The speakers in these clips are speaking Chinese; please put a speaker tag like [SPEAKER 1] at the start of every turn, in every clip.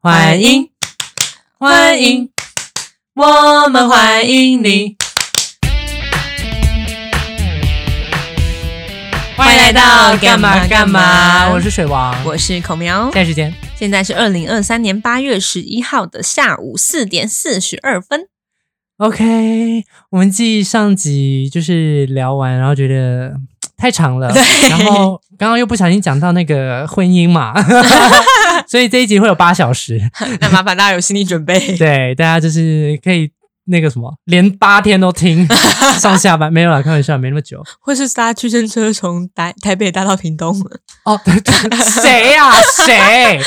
[SPEAKER 1] 欢迎，欢迎，我们欢迎你！欢迎来到干嘛干嘛，我是水王，
[SPEAKER 2] 我是孔苗
[SPEAKER 1] 现。在时间
[SPEAKER 2] 现在是二零二三年八月十一号的下午四点四十二分。
[SPEAKER 1] OK。我们继上集就是聊完，然后觉得嘖太长了，
[SPEAKER 2] 对
[SPEAKER 1] 然后刚刚又不小心讲到那个婚姻 嘛，所以这一集会有八小 时，
[SPEAKER 2] 那麻烦大家有心理准备。
[SPEAKER 1] 对，大家就是可以。那个什么，连八天都 听上下班没有啦，开玩笑，没那么久。
[SPEAKER 2] 或是搭区间车从台台北搭到屏东，
[SPEAKER 1] 哦，对对，谁呀、 谁？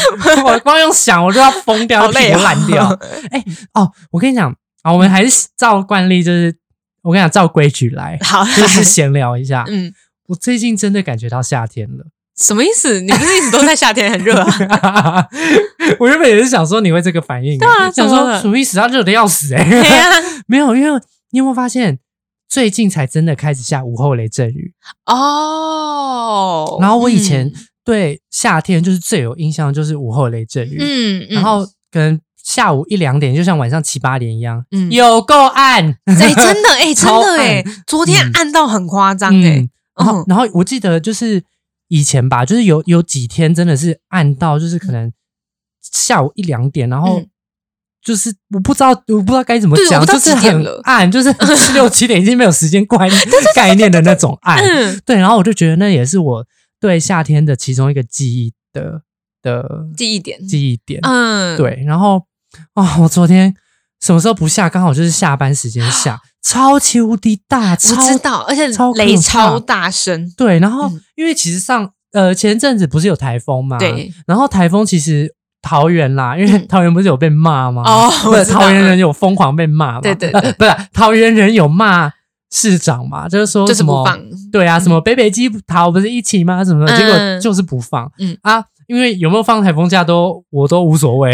[SPEAKER 1] 我光用想我就要疯掉，
[SPEAKER 2] 好
[SPEAKER 1] 屁
[SPEAKER 2] 累
[SPEAKER 1] 股
[SPEAKER 2] 哦
[SPEAKER 1] 烂掉。 哎、哦，我跟你讲啊，我们还是照惯例，就是我跟你讲，照规矩来，
[SPEAKER 2] 好，
[SPEAKER 1] 就是闲聊一下。
[SPEAKER 2] 嗯，
[SPEAKER 1] 我最近真的感觉到夏天了。
[SPEAKER 2] 什么意思？你不是一直都在夏天很热啊？
[SPEAKER 1] 我原本也是想说你会这个反应、欸
[SPEAKER 2] 对
[SPEAKER 1] 想
[SPEAKER 2] 啊怎么
[SPEAKER 1] 说
[SPEAKER 2] 了
[SPEAKER 1] 什么意思？它热的要死哎、
[SPEAKER 2] 对啊呀、
[SPEAKER 1] 没有，因为你有没有发现最近才真的开始下午后雷阵雨？
[SPEAKER 2] 哦。嗯
[SPEAKER 1] 然后我以前对夏天就是最有印象，就是午后雷阵雨。
[SPEAKER 2] 嗯，嗯，嗯
[SPEAKER 1] 然后可能下午一两点，就像晚上七八点一样，
[SPEAKER 2] 嗯
[SPEAKER 1] 有够暗，
[SPEAKER 2] 哎、真的哎、真
[SPEAKER 1] 超
[SPEAKER 2] 的哎、昨天
[SPEAKER 1] 嗯
[SPEAKER 2] 暗到很夸张哎
[SPEAKER 1] 嗯，，然后
[SPEAKER 2] 嗯
[SPEAKER 1] 然后我记得就是以前吧，就是有有几天真的是暗到，就是可能下午一两点，然后
[SPEAKER 2] 嗯
[SPEAKER 1] 就是我不知道我不知道该怎么
[SPEAKER 2] 对我
[SPEAKER 1] 讲，
[SPEAKER 2] 不知道
[SPEAKER 1] 就是
[SPEAKER 2] 几点
[SPEAKER 1] 很
[SPEAKER 2] 了
[SPEAKER 1] 暗，就是 六七点已经没有时间观概念的那种暗，
[SPEAKER 2] 嗯，
[SPEAKER 1] 对，然后我就觉得那也是我对夏天的其中一个记忆的的
[SPEAKER 2] 记忆点，
[SPEAKER 1] 记忆点，
[SPEAKER 2] 嗯，，
[SPEAKER 1] 对，然后啊、我昨天什么时候不下？刚好就是下班时间 下，超级无敌大，超
[SPEAKER 2] 我知道，而且
[SPEAKER 1] 超可
[SPEAKER 2] 雷
[SPEAKER 1] 怕
[SPEAKER 2] 超大声，
[SPEAKER 1] 对。然后、
[SPEAKER 2] 嗯
[SPEAKER 1] 因为其实上呃前阵子不是有台风嘛，
[SPEAKER 2] 对，
[SPEAKER 1] 然后台风其实桃园啦，因为
[SPEAKER 2] 嗯
[SPEAKER 1] 桃园不是有被骂吗？
[SPEAKER 2] 哦
[SPEAKER 1] 不
[SPEAKER 2] 我
[SPEAKER 1] 是
[SPEAKER 2] 知道
[SPEAKER 1] 桃园人有疯狂被骂嘛？
[SPEAKER 2] 对对
[SPEAKER 1] 呃
[SPEAKER 2] 对
[SPEAKER 1] 不是桃园人有骂市长嘛，就是说
[SPEAKER 2] 就是
[SPEAKER 1] 什么
[SPEAKER 2] 不放，
[SPEAKER 1] 对啊，什么北北基桃不是一起吗？什么的，
[SPEAKER 2] 嗯
[SPEAKER 1] 结果就是不放，
[SPEAKER 2] 嗯
[SPEAKER 1] 啊，因为有没有放台风假都我都无所 谓，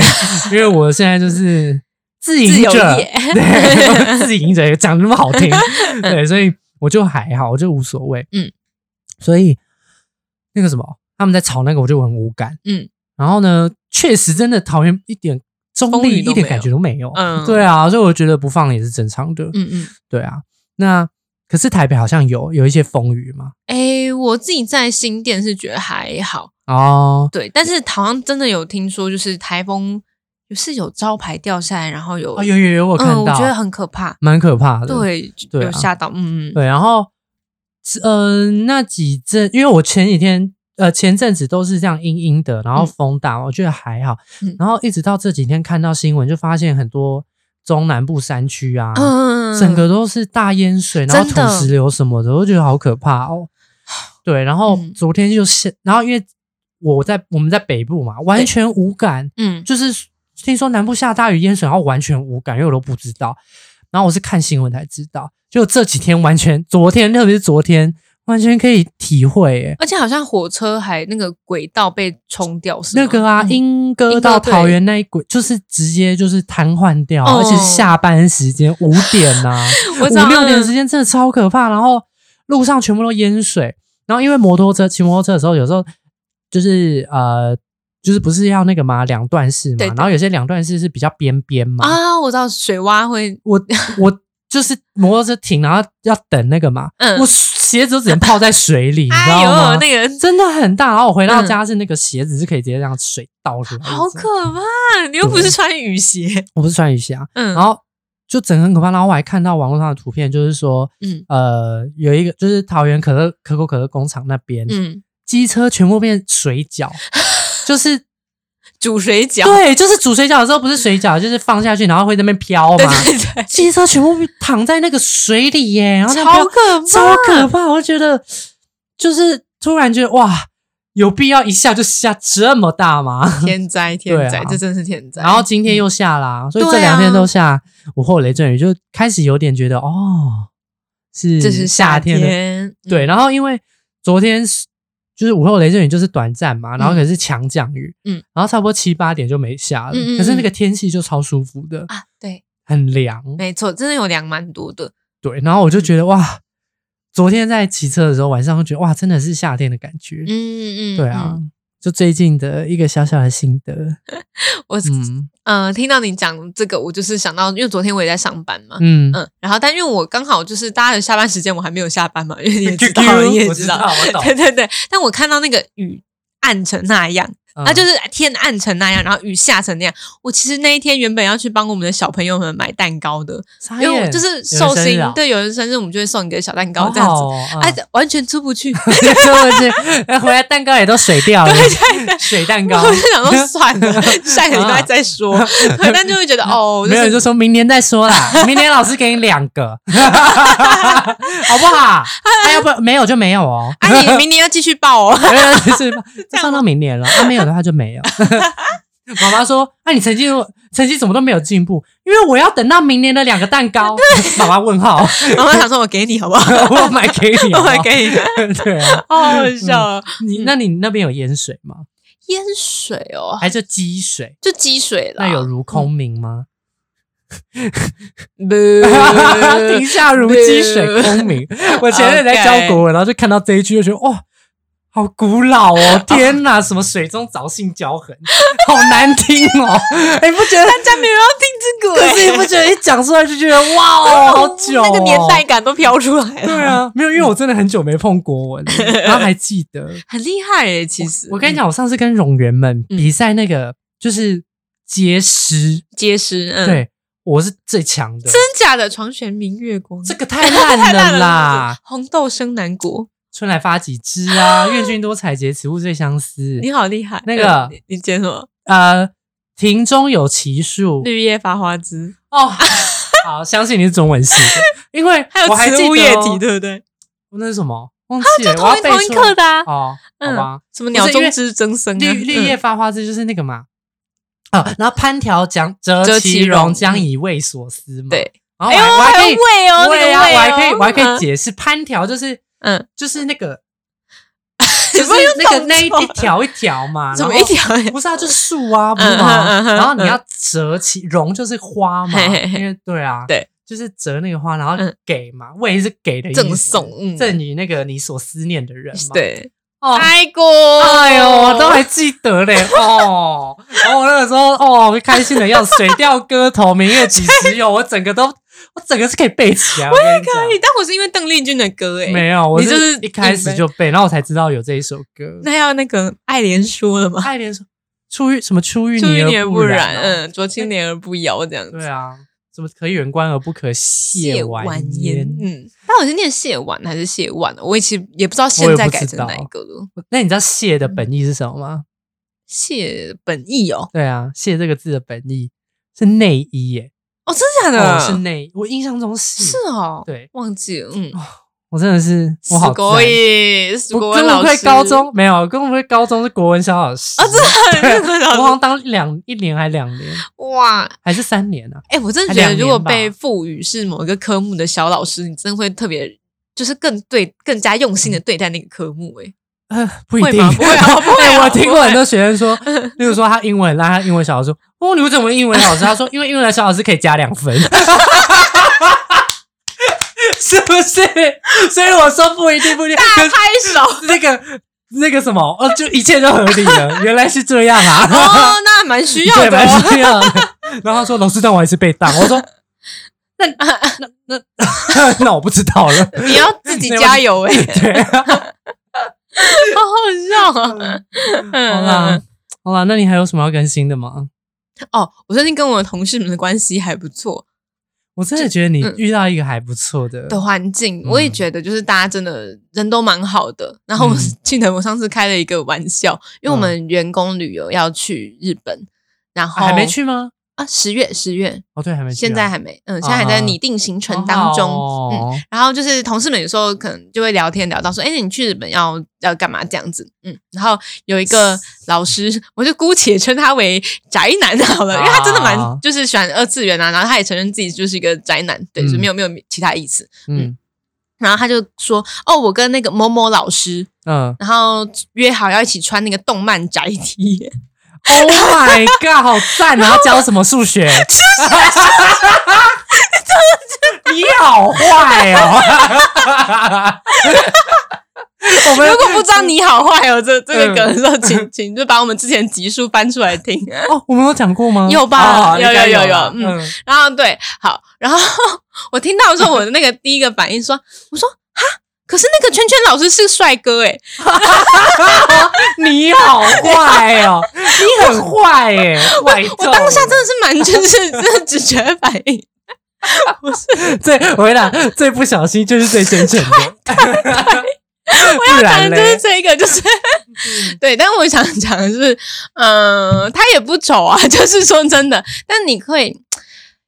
[SPEAKER 1] 因为我现在就是自营者，
[SPEAKER 2] 自由业
[SPEAKER 1] 对，自营者讲得那么好 听，对，所以我就还好，我就无所谓，
[SPEAKER 2] 嗯，
[SPEAKER 1] 所以那个什么，他们在吵那个，我就很无感，
[SPEAKER 2] 嗯，
[SPEAKER 1] 然后呢，确实真的桃园一点中
[SPEAKER 2] 风
[SPEAKER 1] 立
[SPEAKER 2] 雨都
[SPEAKER 1] 一点
[SPEAKER 2] 没有
[SPEAKER 1] 感觉都没有，
[SPEAKER 2] 嗯
[SPEAKER 1] 对啊，所以我觉得不放也是正常的，
[SPEAKER 2] 嗯嗯。
[SPEAKER 1] 对啊，那可是台北好像有有一些风雨嘛。
[SPEAKER 2] 诶，哎我自己在新店是觉得还好，
[SPEAKER 1] 哦，
[SPEAKER 2] 对，但是好像真的有听说，就是台风是有招牌掉下来，然后有，
[SPEAKER 1] 哦有有有，我有看到，
[SPEAKER 2] 嗯，我觉得很可怕，
[SPEAKER 1] 蛮可怕的。
[SPEAKER 2] 对，
[SPEAKER 1] 对啊
[SPEAKER 2] 有吓到，嗯嗯，
[SPEAKER 1] 对，然后呃那几阵，因为我前几天呃前阵子都是这样阴阴的，然后
[SPEAKER 2] 嗯
[SPEAKER 1] 风大，我觉得还好。
[SPEAKER 2] 嗯
[SPEAKER 1] 然后一直到这几天看到新闻，就发现很多中南部山区啊。
[SPEAKER 2] 嗯，
[SPEAKER 1] 整个都是大淹水，然后
[SPEAKER 2] 真
[SPEAKER 1] 土
[SPEAKER 2] 的
[SPEAKER 1] 石流什么的，我觉得好可怕 哦。对，然后
[SPEAKER 2] 嗯
[SPEAKER 1] 昨天就是，然后因为我在我们在北部嘛，完
[SPEAKER 2] 对
[SPEAKER 1] 全无感，
[SPEAKER 2] 嗯
[SPEAKER 1] 就是听说南部下大雨淹水，然后完全无感，因为我都不知道。然后我是看新闻才知道，就这几天完全，昨天特别是昨天，完全可以体会耶。
[SPEAKER 2] 而且好像火车还那个轨道被冲掉，是吗
[SPEAKER 1] 那个啊，
[SPEAKER 2] 嗯
[SPEAKER 1] 莺歌到桃园那一轨，就是直接就是瘫痪掉，
[SPEAKER 2] 哦
[SPEAKER 1] 而且下班时间五点呐、
[SPEAKER 2] 我知道
[SPEAKER 1] 五六点
[SPEAKER 2] 嗯
[SPEAKER 1] 的时间真的超可怕。然后路上全部都淹水，然后因为摩托车骑摩托车的时候，有时候就是呃，就是不是要那个嘛，两段式嘛，
[SPEAKER 2] 对对
[SPEAKER 1] 然后有些两段式是比较边边嘛，
[SPEAKER 2] 啊，我知道水洼会，
[SPEAKER 1] 我我就是摩托车停，然后要等那个嘛，
[SPEAKER 2] 嗯
[SPEAKER 1] 我鞋子都只能泡在水里，你知
[SPEAKER 2] 哎
[SPEAKER 1] 道吗
[SPEAKER 2] 呦，？那个嗯
[SPEAKER 1] 真的很大，然后我回到家是那个鞋子是可以直接这样水倒出来，
[SPEAKER 2] 好
[SPEAKER 1] 就是
[SPEAKER 2] 可怕，你又不是穿雨鞋，
[SPEAKER 1] 我不是穿雨鞋啊，
[SPEAKER 2] 嗯，
[SPEAKER 1] 然后就整个很可怕。然后我还看到网络上的图片，就是说，
[SPEAKER 2] 嗯
[SPEAKER 1] 呃，有一个就是桃园可乐可口可乐工厂那边，
[SPEAKER 2] 嗯，
[SPEAKER 1] 机车全部变水 饺，就是
[SPEAKER 2] 煮水饺，
[SPEAKER 1] 对，就是煮水饺的时候不是水饺，就是放下去然后会在那边飘
[SPEAKER 2] 对
[SPEAKER 1] 嘛，
[SPEAKER 2] 对对，
[SPEAKER 1] 机车全部躺在那个水里耶，然后那
[SPEAKER 2] 超
[SPEAKER 1] 飘
[SPEAKER 2] 可怕，
[SPEAKER 1] 超可怕，我就觉得就是突然觉得哇，有必要一下就下这么大吗？
[SPEAKER 2] 天 灾，
[SPEAKER 1] 对啊
[SPEAKER 2] 天灾，这真是天灾。
[SPEAKER 1] 然后今天又下啦，所以这
[SPEAKER 2] 对啊啊
[SPEAKER 1] 两天都下午后雷阵雨，就开始有点觉得哦，是
[SPEAKER 2] 这是夏
[SPEAKER 1] 夏
[SPEAKER 2] 天，
[SPEAKER 1] 的
[SPEAKER 2] 嗯
[SPEAKER 1] 对。然后因为昨天是就是午后雷阵雨就是短暂嘛，然后可是强降雨，
[SPEAKER 2] 嗯，
[SPEAKER 1] 然后差不多七八点就没下了，
[SPEAKER 2] 嗯嗯嗯
[SPEAKER 1] 可是那个天气就超舒服的，
[SPEAKER 2] 啊，哎对，
[SPEAKER 1] 很凉，
[SPEAKER 2] 没错，真的有凉蛮多的。
[SPEAKER 1] 对，然后我就觉
[SPEAKER 2] 嗯
[SPEAKER 1] 得哇，昨天在骑车的时候，晚上就觉得哇，真的是夏天的感觉。
[SPEAKER 2] 嗯嗯，
[SPEAKER 1] 对啊，
[SPEAKER 2] 嗯
[SPEAKER 1] 就最近的一个小小的心得。
[SPEAKER 2] 我
[SPEAKER 1] 嗯
[SPEAKER 2] 嗯、呃听到你讲这个，我就是想到，因为昨天我也在上班嘛，
[SPEAKER 1] 嗯
[SPEAKER 2] 嗯，然后但因为我刚好就是大家的下班时间，我还没有下班嘛，因为你也知道，你也
[SPEAKER 1] 我
[SPEAKER 2] 知
[SPEAKER 1] 知
[SPEAKER 2] 道，
[SPEAKER 1] 道，我懂
[SPEAKER 2] 对。对对。但我看到那个雨暗成那样，
[SPEAKER 1] 嗯
[SPEAKER 2] 那、啊就是天暗成那样，然后雨下成那样。我其实那一天原本要去帮我们的小朋友们买蛋糕的，
[SPEAKER 1] 傻
[SPEAKER 2] 因为我
[SPEAKER 1] 眼
[SPEAKER 2] 就是
[SPEAKER 1] 有
[SPEAKER 2] 寿
[SPEAKER 1] 人生日
[SPEAKER 2] 星
[SPEAKER 1] 啊，
[SPEAKER 2] 对，有人生日我们就会送一个小蛋糕
[SPEAKER 1] 好
[SPEAKER 2] 这样
[SPEAKER 1] 好
[SPEAKER 2] 子，
[SPEAKER 1] 哦，
[SPEAKER 2] 哎、
[SPEAKER 1] 嗯
[SPEAKER 2] 完全出不去。
[SPEAKER 1] 对哎对，回来蛋糕也都水掉了，水蛋糕
[SPEAKER 2] 我。就想 说算了，下个礼拜再说。对，但就会觉得哦，
[SPEAKER 1] 啊没有，
[SPEAKER 2] 是
[SPEAKER 1] 你就说明年再说 啦。明年老师给你两个， 好不 好？哎，要不没有就没有哦。
[SPEAKER 2] 啊，你明年要继续报哦。
[SPEAKER 1] 是吧就上到明年了，啊，没有的话就没有。妈妈说：“那、你成绩成绩怎么都没有进步？因为我要等到明年的两个蛋糕。”妈妈问号，
[SPEAKER 2] 然后想说，我给你好不好？
[SPEAKER 1] 我买给你
[SPEAKER 2] 我
[SPEAKER 1] 好不好，
[SPEAKER 2] 买给你，
[SPEAKER 1] 对啊。
[SPEAKER 2] 好好笑哦。
[SPEAKER 1] 你那你那边有淹水吗？
[SPEAKER 2] 淹水哦，
[SPEAKER 1] 还是积水？
[SPEAKER 2] 就积水了。
[SPEAKER 1] 那有 如空明吗？
[SPEAKER 2] 不
[SPEAKER 1] 停下如积水空明。我前阵在教国文，然后就看到这一句，就觉得哇、好古老哦！天哪，什么水中藻性交痕，好难听哦！哎、你不觉得？
[SPEAKER 2] 大家没有要听这个
[SPEAKER 1] 可
[SPEAKER 2] 欸，
[SPEAKER 1] 是你不觉得一讲出来就觉得哇 哦，好久、哦、
[SPEAKER 2] 那个年代。感都飘出来了，
[SPEAKER 1] 对，啊， 没有，因为我真的很久没碰国文了，然后还记得。
[SPEAKER 2] 很厉害诶。其实嗯
[SPEAKER 1] 我跟你讲，我嗯上次跟冗员们比赛那个就是结诗，
[SPEAKER 2] 结实，嗯，，
[SPEAKER 1] 对我是最强的。
[SPEAKER 2] 真假的床悬明月光，
[SPEAKER 1] 这个 太烂了啦！
[SPEAKER 2] 红豆生南国，
[SPEAKER 1] 春来发几枝 啊，愿君多采撷，此物最相 思。
[SPEAKER 2] 你好厉害。
[SPEAKER 1] 那个
[SPEAKER 2] 嗯你你接什么？
[SPEAKER 1] 呃，庭中有奇树
[SPEAKER 2] 绿叶发花枝，
[SPEAKER 1] 哦。 好，相信你是中文系的，因为
[SPEAKER 2] 还 有
[SPEAKER 1] 我还记
[SPEAKER 2] 植
[SPEAKER 1] 得
[SPEAKER 2] 物液体，
[SPEAKER 1] 哦，
[SPEAKER 2] 对不对？
[SPEAKER 1] 那是什么？忘记了，我
[SPEAKER 2] 同
[SPEAKER 1] 要
[SPEAKER 2] 一
[SPEAKER 1] 背
[SPEAKER 2] 同一
[SPEAKER 1] 错
[SPEAKER 2] 课的啊，
[SPEAKER 1] 哦，好
[SPEAKER 2] 嗯
[SPEAKER 1] 吧。
[SPEAKER 2] 什么鸟中之增生啊，
[SPEAKER 1] 绿绿叶
[SPEAKER 2] 嗯
[SPEAKER 1] 发花枝就是那个嘛。啊，然后潘条讲
[SPEAKER 2] 折
[SPEAKER 1] 折
[SPEAKER 2] 其
[SPEAKER 1] 其
[SPEAKER 2] 容
[SPEAKER 1] 容将
[SPEAKER 2] 嗯
[SPEAKER 1] 以为所思嘛。，
[SPEAKER 2] 对，
[SPEAKER 1] 然后
[SPEAKER 2] 哎
[SPEAKER 1] 我
[SPEAKER 2] 呦，
[SPEAKER 1] 还我还可以
[SPEAKER 2] 有胃哦，那
[SPEAKER 1] 对
[SPEAKER 2] 个
[SPEAKER 1] 呀，
[SPEAKER 2] 胃
[SPEAKER 1] 我还
[SPEAKER 2] 哦
[SPEAKER 1] 可以，我还可以
[SPEAKER 2] 嗯
[SPEAKER 1] 解释潘条就是，
[SPEAKER 2] 嗯
[SPEAKER 1] 嗯，就是那 个，
[SPEAKER 2] 你
[SPEAKER 1] 就是
[SPEAKER 2] 不用
[SPEAKER 1] 那个
[SPEAKER 2] 动
[SPEAKER 1] 那一
[SPEAKER 2] 作
[SPEAKER 1] 一条一条嘛，
[SPEAKER 2] 怎么
[SPEAKER 1] 然
[SPEAKER 2] 一
[SPEAKER 1] 后
[SPEAKER 2] 条呀？
[SPEAKER 1] 不是啊，就是树啊，不是吗
[SPEAKER 2] 嗯嗯嗯？嗯
[SPEAKER 1] 然后你要折其容就是花嘛，
[SPEAKER 2] 嘿嘿嘿
[SPEAKER 1] 因为对啊，
[SPEAKER 2] 对，
[SPEAKER 1] 就是折那个花，然后
[SPEAKER 2] 嗯
[SPEAKER 1] 给嘛，为是给的意思
[SPEAKER 2] 赠送嗯
[SPEAKER 1] 赠予那个你所思念的人嘛。，
[SPEAKER 2] 对，啊
[SPEAKER 1] 哦，
[SPEAKER 2] 爱过，
[SPEAKER 1] 哎呦，我都还记得嘞哦。然后我那个时候哦，开心的要死，水调歌头，明月几时有，我整个都，我整个是可以背起来。我也
[SPEAKER 2] 可以，但我是因为邓丽君的歌哎，
[SPEAKER 1] 没有，我
[SPEAKER 2] 你就是
[SPEAKER 1] 一开始就背，然后我才知道有这一首歌。
[SPEAKER 2] 那要那个爱莲说了嘛，
[SPEAKER 1] 爱莲说：“出遇什么出遇
[SPEAKER 2] 出
[SPEAKER 1] 泥
[SPEAKER 2] 淤泥
[SPEAKER 1] 而
[SPEAKER 2] 而
[SPEAKER 1] 不
[SPEAKER 2] 不
[SPEAKER 1] 染
[SPEAKER 2] 染，
[SPEAKER 1] 哦、
[SPEAKER 2] 嗯，濯清涟而不妖这样
[SPEAKER 1] 对
[SPEAKER 2] 子。
[SPEAKER 1] 啊，什么可远观而不可亵玩
[SPEAKER 2] 玩
[SPEAKER 1] 焉
[SPEAKER 2] 焉。，嗯，但我是念谢婉还是谢婉？我也其实也不知道现在改成哪一个了。
[SPEAKER 1] 那你知道“谢”的本意是什么吗？
[SPEAKER 2] 谢本意哦，
[SPEAKER 1] 对啊，“谢”这个字的本意是内衣耶，
[SPEAKER 2] 哦，真的假
[SPEAKER 1] 哦，
[SPEAKER 2] 的？
[SPEAKER 1] 是内，我印象中是。
[SPEAKER 2] 是哦，
[SPEAKER 1] 对
[SPEAKER 2] 忘记了，嗯，
[SPEAKER 1] 我真的是，我好
[SPEAKER 2] 死国
[SPEAKER 1] 赞
[SPEAKER 2] 语，死
[SPEAKER 1] 我
[SPEAKER 2] 国
[SPEAKER 1] 跟我
[SPEAKER 2] 文老
[SPEAKER 1] 会
[SPEAKER 2] 师，
[SPEAKER 1] 高中没有，跟我会高中是国文小老师啊，真
[SPEAKER 2] 日文老师
[SPEAKER 1] 我好像当两一年还两年
[SPEAKER 2] 哇，
[SPEAKER 1] 还是三年啊，
[SPEAKER 2] 哎，我真的觉
[SPEAKER 1] 还两
[SPEAKER 2] 得
[SPEAKER 1] 年
[SPEAKER 2] 如果
[SPEAKER 1] 吧
[SPEAKER 2] 被赋予是某一个科目的小老师，你真的会特别。就是更对，更加用心的对待那个科目、哎，
[SPEAKER 1] 呃，嗯不一定，
[SPEAKER 2] 会吗不会 啊不会啊
[SPEAKER 1] 哎我听过
[SPEAKER 2] 不会啊
[SPEAKER 1] 很多学生说，例如说他英文很烂，他英文小老师说，哦，你们怎么英文老师？他说，因为英文小老师可以加两分， 是不是？所以我说不一定，不一定，可是
[SPEAKER 2] 拍手，
[SPEAKER 1] 那个那个什么，哦，就一切都合理了，原来是这样 啊。
[SPEAKER 2] 哦，那还蛮需 要
[SPEAKER 1] 对，
[SPEAKER 2] 的、
[SPEAKER 1] 蛮
[SPEAKER 2] 哦。
[SPEAKER 1] 需要的。 然后他说：“老师，但我还是被当。”我说：“ 那那那那那我不知道 了。
[SPEAKER 2] 你要自己加油哎、 欸，
[SPEAKER 1] 对啊，
[SPEAKER 2] 好好笑啊！
[SPEAKER 1] 好
[SPEAKER 2] 嗯
[SPEAKER 1] 啦，好啦，那你还有什么要更新的吗？
[SPEAKER 2] 哦，我最近跟我的同事们的关系还不错
[SPEAKER 1] 我真的觉得你
[SPEAKER 2] 嗯
[SPEAKER 1] 遇到一个还不错的，
[SPEAKER 2] 的环境，
[SPEAKER 1] 嗯
[SPEAKER 2] 我也觉得就是大家真的人都蛮好的。然后我
[SPEAKER 1] 嗯
[SPEAKER 2] 记得我上次开了一个玩笑，因为我们员工旅游要去日本，然后、
[SPEAKER 1] 啊还没去吗？
[SPEAKER 2] 啊，十月十月，
[SPEAKER 1] 哦，对，还没去啊，
[SPEAKER 2] 现在还没，嗯，现在还在
[SPEAKER 1] 啊哈
[SPEAKER 2] 拟定行程当中，
[SPEAKER 1] 好
[SPEAKER 2] 嗯
[SPEAKER 1] 好。哦
[SPEAKER 2] 然后就是同事们有时候可能就会聊天聊到说，哎，你去日本要要干嘛这样子？嗯，然后有一个老师，我就姑且称他为宅男好了，因为他真的蛮
[SPEAKER 1] 啊
[SPEAKER 2] 就是喜欢二次元啊，然后他也承认自己就是一个宅男，对，
[SPEAKER 1] 嗯
[SPEAKER 2] 就没有没有其他意思。
[SPEAKER 1] 嗯
[SPEAKER 2] 然后他就说，哦，我跟那个某某老师，
[SPEAKER 1] 嗯
[SPEAKER 2] 然后约好要一起穿那个动漫宅 T，
[SPEAKER 1] ，Oh my god，好赞！ 然后教什么数学？ 你好坏哦！ 我们
[SPEAKER 2] 如果不知道你好坏哦，这这
[SPEAKER 1] 嗯
[SPEAKER 2] 个梗的时候，请请就把我们之前集数翻出来听。
[SPEAKER 1] 哦，我们有讲过吗？
[SPEAKER 2] 有吧
[SPEAKER 1] 好好
[SPEAKER 2] 有
[SPEAKER 1] 应该
[SPEAKER 2] 有有
[SPEAKER 1] 有
[SPEAKER 2] 有嗯然后对，好，然后 我听到的时候，我的那个第一个反应说，我说哈，可是那个圈圈老师是帅哥欸诶，
[SPEAKER 1] 你好坏哦，你很坏耶！坏
[SPEAKER 2] 我
[SPEAKER 1] 透
[SPEAKER 2] 当下
[SPEAKER 1] 了
[SPEAKER 2] 真的是蛮就是 真的只觉得反应，
[SPEAKER 1] 最我跟你讲，最不小心就是最真诚 的。不
[SPEAKER 2] 当
[SPEAKER 1] 然
[SPEAKER 2] 然
[SPEAKER 1] 嘞
[SPEAKER 2] 就是这个，就是 对。但我想讲的是，嗯、他也不丑啊， 就是说真的。但你会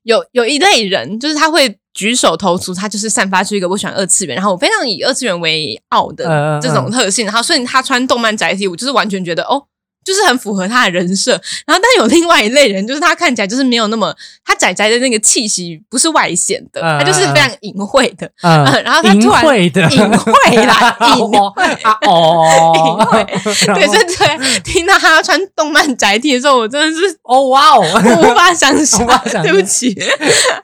[SPEAKER 2] 有有一类人，就是他会举手投足，他就是散发出一个我喜欢二次元，然后我非常以二次元为傲
[SPEAKER 1] 嗯嗯
[SPEAKER 2] 的
[SPEAKER 1] 嗯
[SPEAKER 2] 这种特性。然后，所以他穿动漫宅 T，我就是完全觉得哦。就是很符合他的人设，然后但有另外一类人，就是他看起来就是没有那么他宅宅的那个气息，不是外显的，
[SPEAKER 1] 嗯
[SPEAKER 2] 他就是非常隐晦的，
[SPEAKER 1] 嗯，
[SPEAKER 2] 嗯然后他
[SPEAKER 1] 淫
[SPEAKER 2] 突然
[SPEAKER 1] 秽的，，
[SPEAKER 2] 隐晦啦 隐
[SPEAKER 1] 哦啊哦，然
[SPEAKER 2] 对，
[SPEAKER 1] 后嗯
[SPEAKER 2] 所以对，听到他要穿动漫宅 T 的时候，我真的 是
[SPEAKER 1] 哦哇哦，
[SPEAKER 2] 无法想 象
[SPEAKER 1] 无法，想象
[SPEAKER 2] 对不起。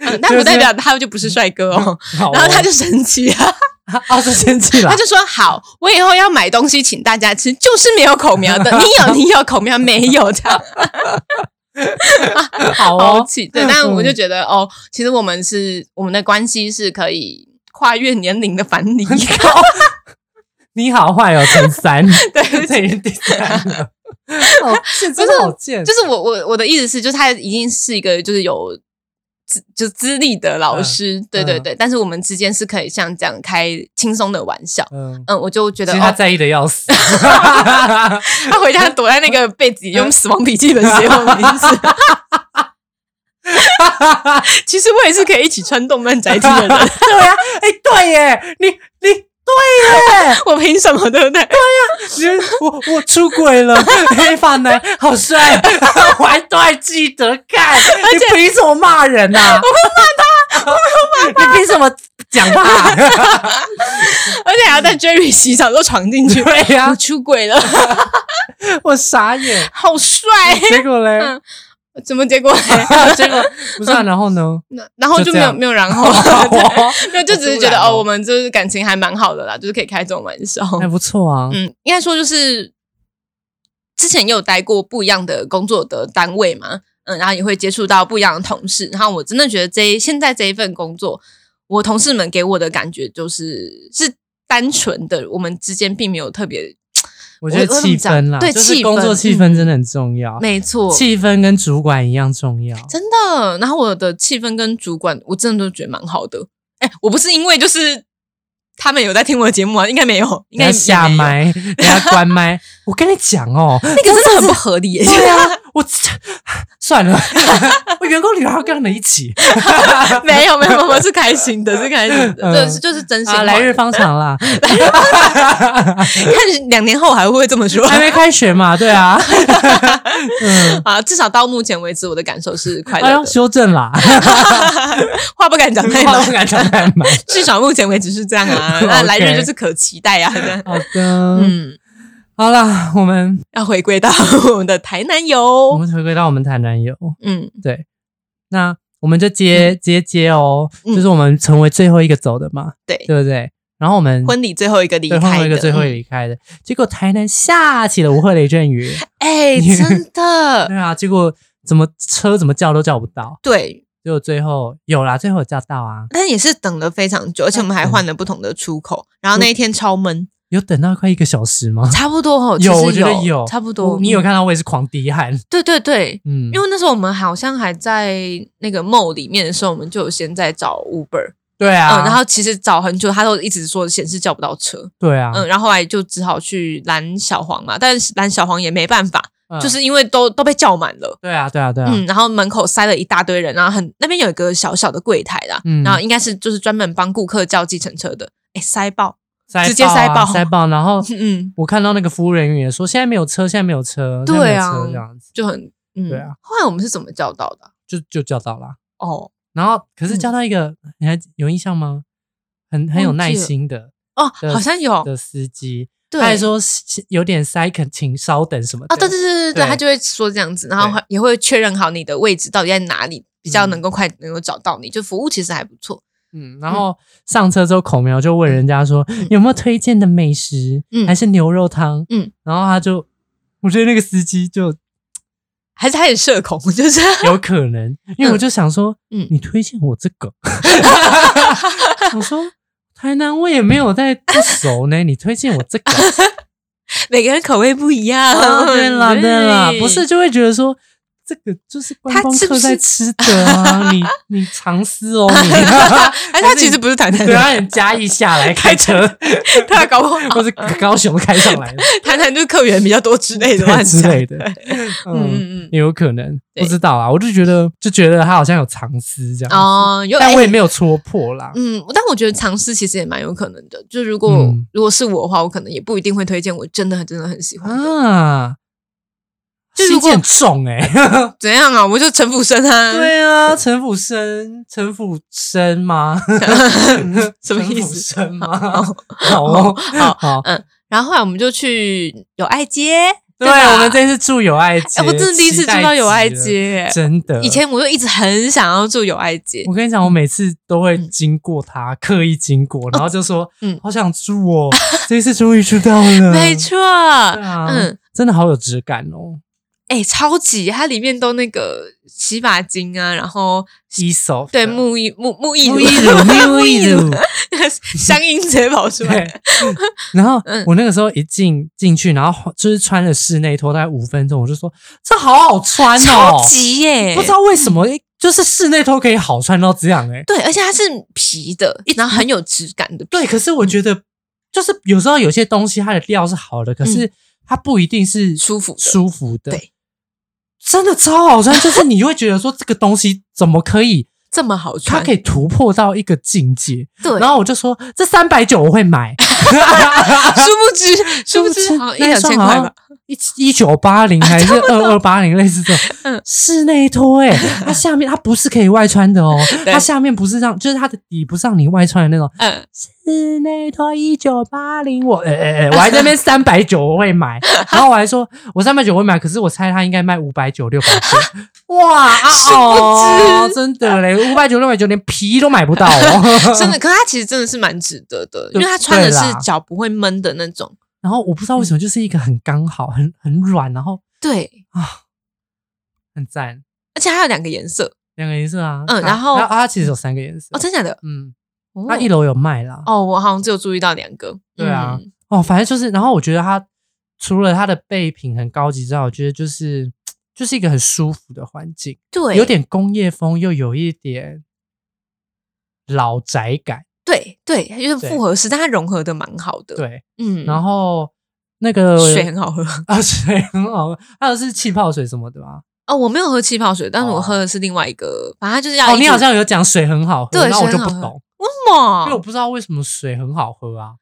[SPEAKER 2] 嗯但不代表他就不是帅哥哦。
[SPEAKER 1] 好哦
[SPEAKER 2] 然后他就生气了，
[SPEAKER 1] 哦是生气了
[SPEAKER 2] 他，就说：“好，我以后要买东西请大家吃，就是没有口苗 的，你有你有口苗没有这样。”
[SPEAKER 1] 好
[SPEAKER 2] 抛
[SPEAKER 1] 哦，
[SPEAKER 2] 弃。对，但我就
[SPEAKER 1] 嗯
[SPEAKER 2] 觉得哦，其实我们是我们的关系是可以跨越年龄的藩 篱。
[SPEAKER 1] 你好坏哦，乘三，
[SPEAKER 2] 对不 起
[SPEAKER 1] 这已经第三 了，哦，这真
[SPEAKER 2] 不是
[SPEAKER 1] 的好贱，
[SPEAKER 2] 就是我我我的意思是，就是他已经是一个就是有资就资历的
[SPEAKER 1] 嗯
[SPEAKER 2] 老师，对对对。但是我们之间是可以像这样开轻松的玩笑。
[SPEAKER 1] 嗯，
[SPEAKER 2] 嗯，我就觉
[SPEAKER 1] 其
[SPEAKER 2] 得
[SPEAKER 1] 实他
[SPEAKER 2] 哦，
[SPEAKER 1] 在意的要死，
[SPEAKER 2] 他回家躲在那
[SPEAKER 1] 嗯
[SPEAKER 2] 个被子里用死亡笔记本写我名 字。其实我也是可以一起穿动漫 宅 T 的 人，
[SPEAKER 1] 对呀，哎对耶，你你。对耶，
[SPEAKER 2] 我凭什么对不 对？
[SPEAKER 1] 人我我出轨了， 黑发男好帅， 我还都还记得看，你凭什么骂人呐、啊？我会骂他，我会骂他，你凭什么讲话、
[SPEAKER 2] 而且还要带 Jerry 洗澡都闯进去，
[SPEAKER 1] 对呀、
[SPEAKER 2] 我出轨了，
[SPEAKER 1] 我傻眼。
[SPEAKER 2] 好帅！
[SPEAKER 1] 结果
[SPEAKER 2] 嗯
[SPEAKER 1] 嘞，嗯
[SPEAKER 2] 怎么结果？
[SPEAKER 1] 结 果不
[SPEAKER 2] 嗯
[SPEAKER 1] 是、啊，然后 呢？
[SPEAKER 2] 那然后就
[SPEAKER 1] 就这
[SPEAKER 2] 没有
[SPEAKER 1] 样
[SPEAKER 2] 没有然后 了，没有，就只是觉得
[SPEAKER 1] 好突然哦
[SPEAKER 2] 哦，我们就是感情还蛮好的啦，就是可以开这种玩笑。
[SPEAKER 1] 还不错啊。
[SPEAKER 2] 嗯，应该说就是之前也有待过不一样的工作的单位嘛，嗯，然后也会接触到不一样的同事。然后我真的觉得这一现在这一份工作，我同事们给我的感觉就是是单纯的，我们之间并没有特别，
[SPEAKER 1] 我觉得
[SPEAKER 2] 我我怎
[SPEAKER 1] 气
[SPEAKER 2] 么讲
[SPEAKER 1] 氛啦，
[SPEAKER 2] 对
[SPEAKER 1] 就是
[SPEAKER 2] 气氛嗯
[SPEAKER 1] 工作气氛真的很重要，
[SPEAKER 2] 没错，
[SPEAKER 1] 气氛跟主管一样重要。
[SPEAKER 2] 真的。然后我的气氛跟主管，我真的都觉得蛮好的。哎，我不是因为就是他们有在听我的节目啊，应该没有，应
[SPEAKER 1] 人家
[SPEAKER 2] 该也
[SPEAKER 1] 下
[SPEAKER 2] 没有。
[SPEAKER 1] 麦， 人家关麦。我跟你讲 哦，
[SPEAKER 2] 那个真的很不合理耶！
[SPEAKER 1] 对啊，我 算 了，我员工旅游要跟他们一起
[SPEAKER 2] 没有没有，我是开心的，是开心的，
[SPEAKER 1] 嗯
[SPEAKER 2] 就是就是真心
[SPEAKER 1] 啊，
[SPEAKER 2] 话。
[SPEAKER 1] 来日方长啦，
[SPEAKER 2] 看两年后还会不会这么说
[SPEAKER 1] 还没开学嘛，对啊，嗯，
[SPEAKER 2] 啊？至少到目前为止，我的感受是快
[SPEAKER 1] 哎
[SPEAKER 2] 乐
[SPEAKER 1] 呦，
[SPEAKER 2] 的，
[SPEAKER 1] 修正啦，
[SPEAKER 2] 话不敢讲太
[SPEAKER 1] 话不
[SPEAKER 2] 满。
[SPEAKER 1] 敢讲太满。
[SPEAKER 2] 至少目前为止是这 样啊，那
[SPEAKER 1] OK
[SPEAKER 2] 来日就是可期待啊。这样
[SPEAKER 1] 好的，
[SPEAKER 2] 嗯，
[SPEAKER 1] 好啦，我们
[SPEAKER 2] 要回归到我们的台南
[SPEAKER 1] 我
[SPEAKER 2] 游。
[SPEAKER 1] 们回归到我们台南友，
[SPEAKER 2] 嗯，
[SPEAKER 1] 对，那我们就接接接哦，
[SPEAKER 2] 嗯
[SPEAKER 1] 就是我们成为最后一个走的嘛，
[SPEAKER 2] 对，
[SPEAKER 1] 对不对？然后我们
[SPEAKER 2] 婚礼最后一个离
[SPEAKER 1] 最后
[SPEAKER 2] 开
[SPEAKER 1] 一个
[SPEAKER 2] 的，
[SPEAKER 1] 最后一个
[SPEAKER 2] 嗯
[SPEAKER 1] 离开的，结果台南下起了无赫雷阵雨，
[SPEAKER 2] 哎，真的
[SPEAKER 1] 对啊，结果怎么车怎么叫都叫不到。
[SPEAKER 2] 对，
[SPEAKER 1] 结果最后有啦，最后有叫到啊，
[SPEAKER 2] 但也是等了非常久，而且我们还换了不同的出口。然后那一天超闷，
[SPEAKER 1] 有等到快一个小时吗？
[SPEAKER 2] 差不多哦，其
[SPEAKER 1] 嗯有，
[SPEAKER 2] 实
[SPEAKER 1] 我觉得
[SPEAKER 2] 差不多
[SPEAKER 1] 我。你有看到我也是狂滴汗，
[SPEAKER 2] 对对对，
[SPEAKER 1] 嗯，
[SPEAKER 2] 因为那时候我们好像还在那个 mall 里面的时候，我们就有先在找 Uber，、
[SPEAKER 1] 对啊，
[SPEAKER 2] 嗯，然后其实找很久，他都一直说显示叫不到车，
[SPEAKER 1] 对啊，
[SPEAKER 2] 嗯，然后后来就只好去拦小黄嘛，但是拦小黄也没办法，
[SPEAKER 1] 嗯
[SPEAKER 2] 就是因为都都被叫满了。
[SPEAKER 1] 对啊，对啊，对啊，
[SPEAKER 2] 嗯，然后门口塞了一大堆人，然后很那边有一个小小的柜台啦，
[SPEAKER 1] 嗯
[SPEAKER 2] 然后应该是就是专门帮顾客叫计程车的，哎，塞爆，
[SPEAKER 1] 塞
[SPEAKER 2] 直接
[SPEAKER 1] 爆啊
[SPEAKER 2] 塞爆
[SPEAKER 1] 塞爆，然后
[SPEAKER 2] 嗯，
[SPEAKER 1] 我看到那个服务人员也说现在没有车，现在没有车，
[SPEAKER 2] 对啊
[SPEAKER 1] 现在没有车这样子
[SPEAKER 2] 就很，嗯，
[SPEAKER 1] 对啊。
[SPEAKER 2] 后来我们是怎么叫到的啊、
[SPEAKER 1] 就就叫到啦。
[SPEAKER 2] 哦
[SPEAKER 1] 然后可是叫到一个，你还有印象吗？很很有耐心的
[SPEAKER 2] 哦
[SPEAKER 1] 的，
[SPEAKER 2] 好像有，
[SPEAKER 1] 的司机，
[SPEAKER 2] 对
[SPEAKER 1] 他还说有点塞，恳请稍等什么的。
[SPEAKER 2] 啊，对对对对对，
[SPEAKER 1] 对
[SPEAKER 2] 他就会说这样子，然后
[SPEAKER 1] 对
[SPEAKER 2] 还也会确认好你的位置到底在哪里，比较
[SPEAKER 1] 嗯
[SPEAKER 2] 能够快能够找到你。就服务其实还不错，
[SPEAKER 1] 嗯，然后上车之后，孔苗就问人家说、有没有推荐的美食，
[SPEAKER 2] 嗯
[SPEAKER 1] 还是牛肉汤？
[SPEAKER 2] 嗯，
[SPEAKER 1] 然后他就，我觉得那个司机就
[SPEAKER 2] 还是他很社恐， 就是
[SPEAKER 1] 有可能，因为我就想说，
[SPEAKER 2] 嗯
[SPEAKER 1] 你推荐我这 个，我说台南我也没有在不熟呢，你推荐我这 个，
[SPEAKER 2] 每个人口味不一样。啊
[SPEAKER 1] 哦对啦对啦，不是就会觉得说。这个就是观光客在吃的啊，你你藏私哦， 你
[SPEAKER 2] 哎，他其实不是谈谈
[SPEAKER 1] 对，
[SPEAKER 2] 的，
[SPEAKER 1] 他很嘉义下来开 车，
[SPEAKER 2] 他搞不好
[SPEAKER 1] 或是高雄开上 来的
[SPEAKER 2] 谈谈就是客源比较多之类的
[SPEAKER 1] 对
[SPEAKER 2] 乱
[SPEAKER 1] 之
[SPEAKER 2] 讲
[SPEAKER 1] 类的
[SPEAKER 2] 对，
[SPEAKER 1] 嗯，
[SPEAKER 2] 嗯嗯
[SPEAKER 1] 也有可能，
[SPEAKER 2] 对
[SPEAKER 1] 不知道啊，我就觉得就觉得他好像有藏私这样子，
[SPEAKER 2] 嗯，哦，有
[SPEAKER 1] 但我也
[SPEAKER 2] 哎
[SPEAKER 1] 没有戳破啦。
[SPEAKER 2] 嗯，但我觉得尝试其实也蛮有可能的。就如果、
[SPEAKER 1] 嗯
[SPEAKER 2] 如果是我的话，我可能也不一定会推荐我真的很真的很喜欢的。
[SPEAKER 1] 啊，
[SPEAKER 2] 嗯就如
[SPEAKER 1] 心
[SPEAKER 2] 果
[SPEAKER 1] 机很重哎、
[SPEAKER 2] 怎样啊？我就城府深啊。
[SPEAKER 1] 对啊，城府深，城府深吗？
[SPEAKER 2] 什么意
[SPEAKER 1] 城府
[SPEAKER 2] 思
[SPEAKER 1] 深吗？
[SPEAKER 2] 好
[SPEAKER 1] 好哦，
[SPEAKER 2] 好
[SPEAKER 1] 好，
[SPEAKER 2] 然后后来我们就去友爱街，
[SPEAKER 1] 对啊
[SPEAKER 2] 吧
[SPEAKER 1] 我们这次住友爱街，
[SPEAKER 2] 啊哎、我真的第一次
[SPEAKER 1] 期待
[SPEAKER 2] 住到友爱
[SPEAKER 1] 极了，
[SPEAKER 2] 街，
[SPEAKER 1] 真的。
[SPEAKER 2] 以前我就一直很想要住友爱街。
[SPEAKER 1] 我跟你讲，我每次都会经过它，刻意经过，然后就说，
[SPEAKER 2] 嗯
[SPEAKER 1] 好想住哦，这一次终于住到了，
[SPEAKER 2] 没错，
[SPEAKER 1] 对啊，
[SPEAKER 2] 嗯
[SPEAKER 1] 真的好有质感哦，
[SPEAKER 2] 哎、超级，它里面都那个洗发精啊，然后
[SPEAKER 1] 一手
[SPEAKER 2] 对沐浴沐沐浴
[SPEAKER 1] 嗯沐
[SPEAKER 2] 露，
[SPEAKER 1] 浴乳，沐
[SPEAKER 2] 沐
[SPEAKER 1] 浴
[SPEAKER 2] 浴
[SPEAKER 1] 乳
[SPEAKER 2] 乳， 香音直接跑出来
[SPEAKER 1] 对，，然后
[SPEAKER 2] 嗯
[SPEAKER 1] 我那个时候一进进去，然后就是穿了室内拖，大概五分钟，我就说这好好穿哦
[SPEAKER 2] 超，级耶、
[SPEAKER 1] 不知道为什么，诶就是室内拖可以好穿到这样哎、诶
[SPEAKER 2] 对，而且它是皮的，然后很有质感的皮。
[SPEAKER 1] 对，可是我觉得就是有时候有些东西它的料是好的，可是它不一定是
[SPEAKER 2] 嗯舒服的
[SPEAKER 1] 舒服的，
[SPEAKER 2] 对，
[SPEAKER 1] 真的超好穿，就是你会觉得说这个东西怎么可以，
[SPEAKER 2] 这么好 穿，
[SPEAKER 1] 它可以突破到一个境界，
[SPEAKER 2] 对，
[SPEAKER 1] 然后我就说这三百九我会 买。
[SPEAKER 2] 啊殊不知，殊不知好像一两千块吧，，
[SPEAKER 1] 一一九八 零还是二二八零，类似这种
[SPEAKER 2] 嗯
[SPEAKER 1] 室内拖，哎，它下面它不是可以外穿的哦，
[SPEAKER 2] 对
[SPEAKER 1] 它下面不是让，就是它的底不是让你外穿的那种。
[SPEAKER 2] 嗯，
[SPEAKER 1] 室内拖一九八零，我哎 哎哎，我还在那边三百九我会买，然后我还说我三百九会买，可是我猜它应该卖五百九六百 九，哇啊
[SPEAKER 2] 殊不
[SPEAKER 1] 哦，
[SPEAKER 2] 知
[SPEAKER 1] 真的嘞，五百九六百九连皮都买不到哦，
[SPEAKER 2] 真的。可是它其实真的是蛮值得的，因
[SPEAKER 1] 对
[SPEAKER 2] 为它穿的
[SPEAKER 1] 对啦
[SPEAKER 2] 是脚不会闷的那种。
[SPEAKER 1] 然后我不知道为什么就是一个很刚好，很很软，然后
[SPEAKER 2] 对，
[SPEAKER 1] 很赞，
[SPEAKER 2] 而且它有两个颜色
[SPEAKER 1] 两个颜色啊。
[SPEAKER 2] 嗯
[SPEAKER 1] 啊
[SPEAKER 2] 然后
[SPEAKER 1] 啊它其实有三个颜色
[SPEAKER 2] 哦，。真的假的？
[SPEAKER 1] 嗯，
[SPEAKER 2] 哦
[SPEAKER 1] 它一楼有卖啦。
[SPEAKER 2] 哦，我好像只有注意到两个。
[SPEAKER 1] 对啊
[SPEAKER 2] 嗯，
[SPEAKER 1] 哦，反正就是，然后我觉得它除了它的备品很高级之外，我觉得就是就是一个很舒服的环境，
[SPEAKER 2] 对，
[SPEAKER 1] 有点工业风，又有一点老宅感。
[SPEAKER 2] 对对，有点
[SPEAKER 1] 对
[SPEAKER 2] 复合式，但它融合的蛮好的。，
[SPEAKER 1] 对，
[SPEAKER 2] 嗯，
[SPEAKER 1] 然后那个
[SPEAKER 2] 水很好喝。
[SPEAKER 1] 啊，水很好喝，还有是气泡水什么的啊吧？
[SPEAKER 2] 哦，我没有喝气泡水，但是
[SPEAKER 1] 哦
[SPEAKER 2] 我喝的是另外一个，反正它就是要
[SPEAKER 1] 哦，
[SPEAKER 2] 啊一
[SPEAKER 1] 你
[SPEAKER 2] 直
[SPEAKER 1] 好像有讲水很好喝，
[SPEAKER 2] 对
[SPEAKER 1] 那我
[SPEAKER 2] 水
[SPEAKER 1] 就
[SPEAKER 2] 很
[SPEAKER 1] 不
[SPEAKER 2] 好喝哦
[SPEAKER 1] 懂。因为我
[SPEAKER 2] 哇，
[SPEAKER 1] 不知道为什么水很好喝啊，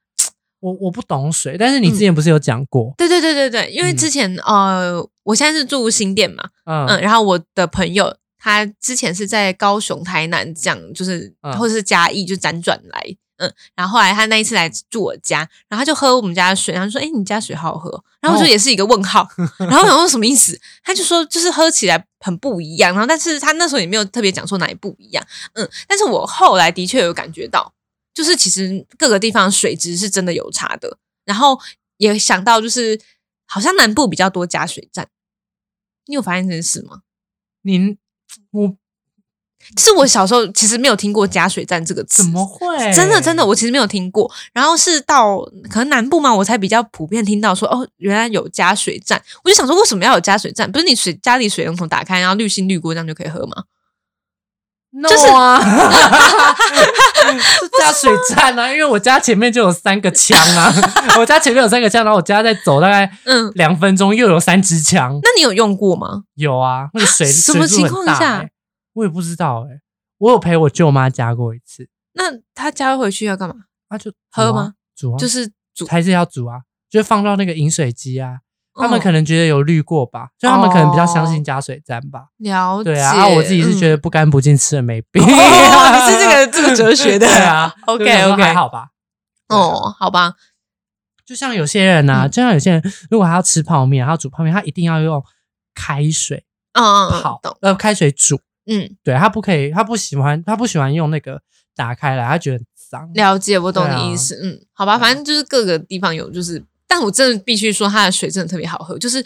[SPEAKER 1] 我我不懂水，但
[SPEAKER 2] 嗯
[SPEAKER 1] 是你之前不是有讲过，
[SPEAKER 2] 对对对对对，因为
[SPEAKER 1] 嗯
[SPEAKER 2] 之前呃，我现在是住新店嘛，
[SPEAKER 1] 嗯
[SPEAKER 2] 嗯，然后我的朋友他之前是在高雄、台南这样，就是、
[SPEAKER 1] 嗯
[SPEAKER 2] 或者是嘉义就辗转来，嗯，然后后来他那一次来住我家，然后他就喝我们家的水，然后说：“哎、你家水好喝。”然后我
[SPEAKER 1] 哦
[SPEAKER 2] 就也是一个问 号，然后我想说什么意思？他就说就是喝起来很不一样，然后但是他那时候也没有特别讲说哪里不一样，嗯，但是我后来的确有感觉到，就是其实各个地方水质是真的有差的，然后也想到就是好像南部比较多加水站。你有发现这件事吗？
[SPEAKER 1] 您我
[SPEAKER 2] 是我小时候其实没有听过加水站这个词，
[SPEAKER 1] 怎么会？
[SPEAKER 2] 真的真的，我其实没有听过。然后是到可能南部嘛，我才比较普遍听到说哦，原来有加水站。我就想说，为什么要有加水站？不是你水家里水龙头打开，然后滤芯滤过，这样就可以喝吗？
[SPEAKER 1] 就是啊，是加水站啊，因为我家前面就有三个枪啊， 我家前面有三个枪，然后我家再走大概
[SPEAKER 2] 嗯，
[SPEAKER 1] 两分钟又有三支枪，
[SPEAKER 2] 那你有用过吗？
[SPEAKER 1] 有啊，那个水
[SPEAKER 2] 什么
[SPEAKER 1] 水柱
[SPEAKER 2] 情况
[SPEAKER 1] 很大
[SPEAKER 2] 下
[SPEAKER 1] 欸我也不知道哎、我有陪我舅妈加过一次，
[SPEAKER 2] 那他加回去要干嘛？
[SPEAKER 1] 啊就煮
[SPEAKER 2] 喝
[SPEAKER 1] 啊
[SPEAKER 2] 吗？
[SPEAKER 1] 煮啊，
[SPEAKER 2] 就是煮。
[SPEAKER 1] 还是要煮啊，就放到那个饮水机啊。他们
[SPEAKER 2] 嗯
[SPEAKER 1] 可能觉得有滤过吧，就他们可能比较相信加水站吧。
[SPEAKER 2] 哦了解。
[SPEAKER 1] 对啊，啊我自己是觉得
[SPEAKER 2] 嗯。
[SPEAKER 1] 不干不净吃了 没病。
[SPEAKER 2] 哦你是这 个这个哲学的
[SPEAKER 1] 对啊。
[SPEAKER 2] OK，
[SPEAKER 1] 就想说
[SPEAKER 2] OK
[SPEAKER 1] 还好吧。啊
[SPEAKER 2] 哦，好吧，
[SPEAKER 1] 就像有些人啊，
[SPEAKER 2] 嗯
[SPEAKER 1] 就像有些人，如果他要吃泡面，他要煮泡面，他一定要用开水
[SPEAKER 2] 嗯嗯，嗯
[SPEAKER 1] 泡
[SPEAKER 2] 懂，，
[SPEAKER 1] 呃，开水煮。
[SPEAKER 2] 嗯，
[SPEAKER 1] 对他不可以，他不喜欢，他不喜欢用那个打开来，他觉得很脏。
[SPEAKER 2] 了解，我懂你意
[SPEAKER 1] 对啊
[SPEAKER 2] 思。嗯，好吧，
[SPEAKER 1] 对啊
[SPEAKER 2] 反正就是各个地方有，就是，但我真的必须说，它的水真的特别好喝，就是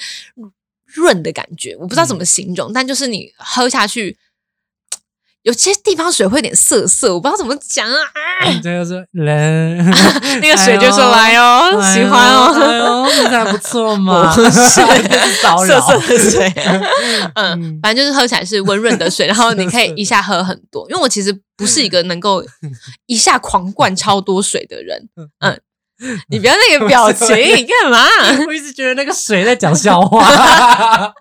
[SPEAKER 2] 润的感觉，我不知道怎
[SPEAKER 1] 嗯
[SPEAKER 2] 么形容，但就是你喝下去，有些地方水会有点涩涩，我不知道怎么讲啊。
[SPEAKER 1] 嗯这就是人，
[SPEAKER 2] 那个水就说来哦，
[SPEAKER 1] 哎
[SPEAKER 2] 喜
[SPEAKER 1] 呦
[SPEAKER 2] 欢
[SPEAKER 1] 哎
[SPEAKER 2] 哦，
[SPEAKER 1] 呦，这还不 错嘛，
[SPEAKER 2] 不是
[SPEAKER 1] 就是哎骚
[SPEAKER 2] 涩
[SPEAKER 1] 扰，
[SPEAKER 2] 涩的水。 嗯
[SPEAKER 1] 嗯，
[SPEAKER 2] 反正就是喝起来是温润的水，然后你 可以一下喝很多，因为我其实不是一个能够一下狂灌超多水的人。嗯，你不要那个 表情，你干嘛？
[SPEAKER 1] 我一直觉得那个水在讲笑话。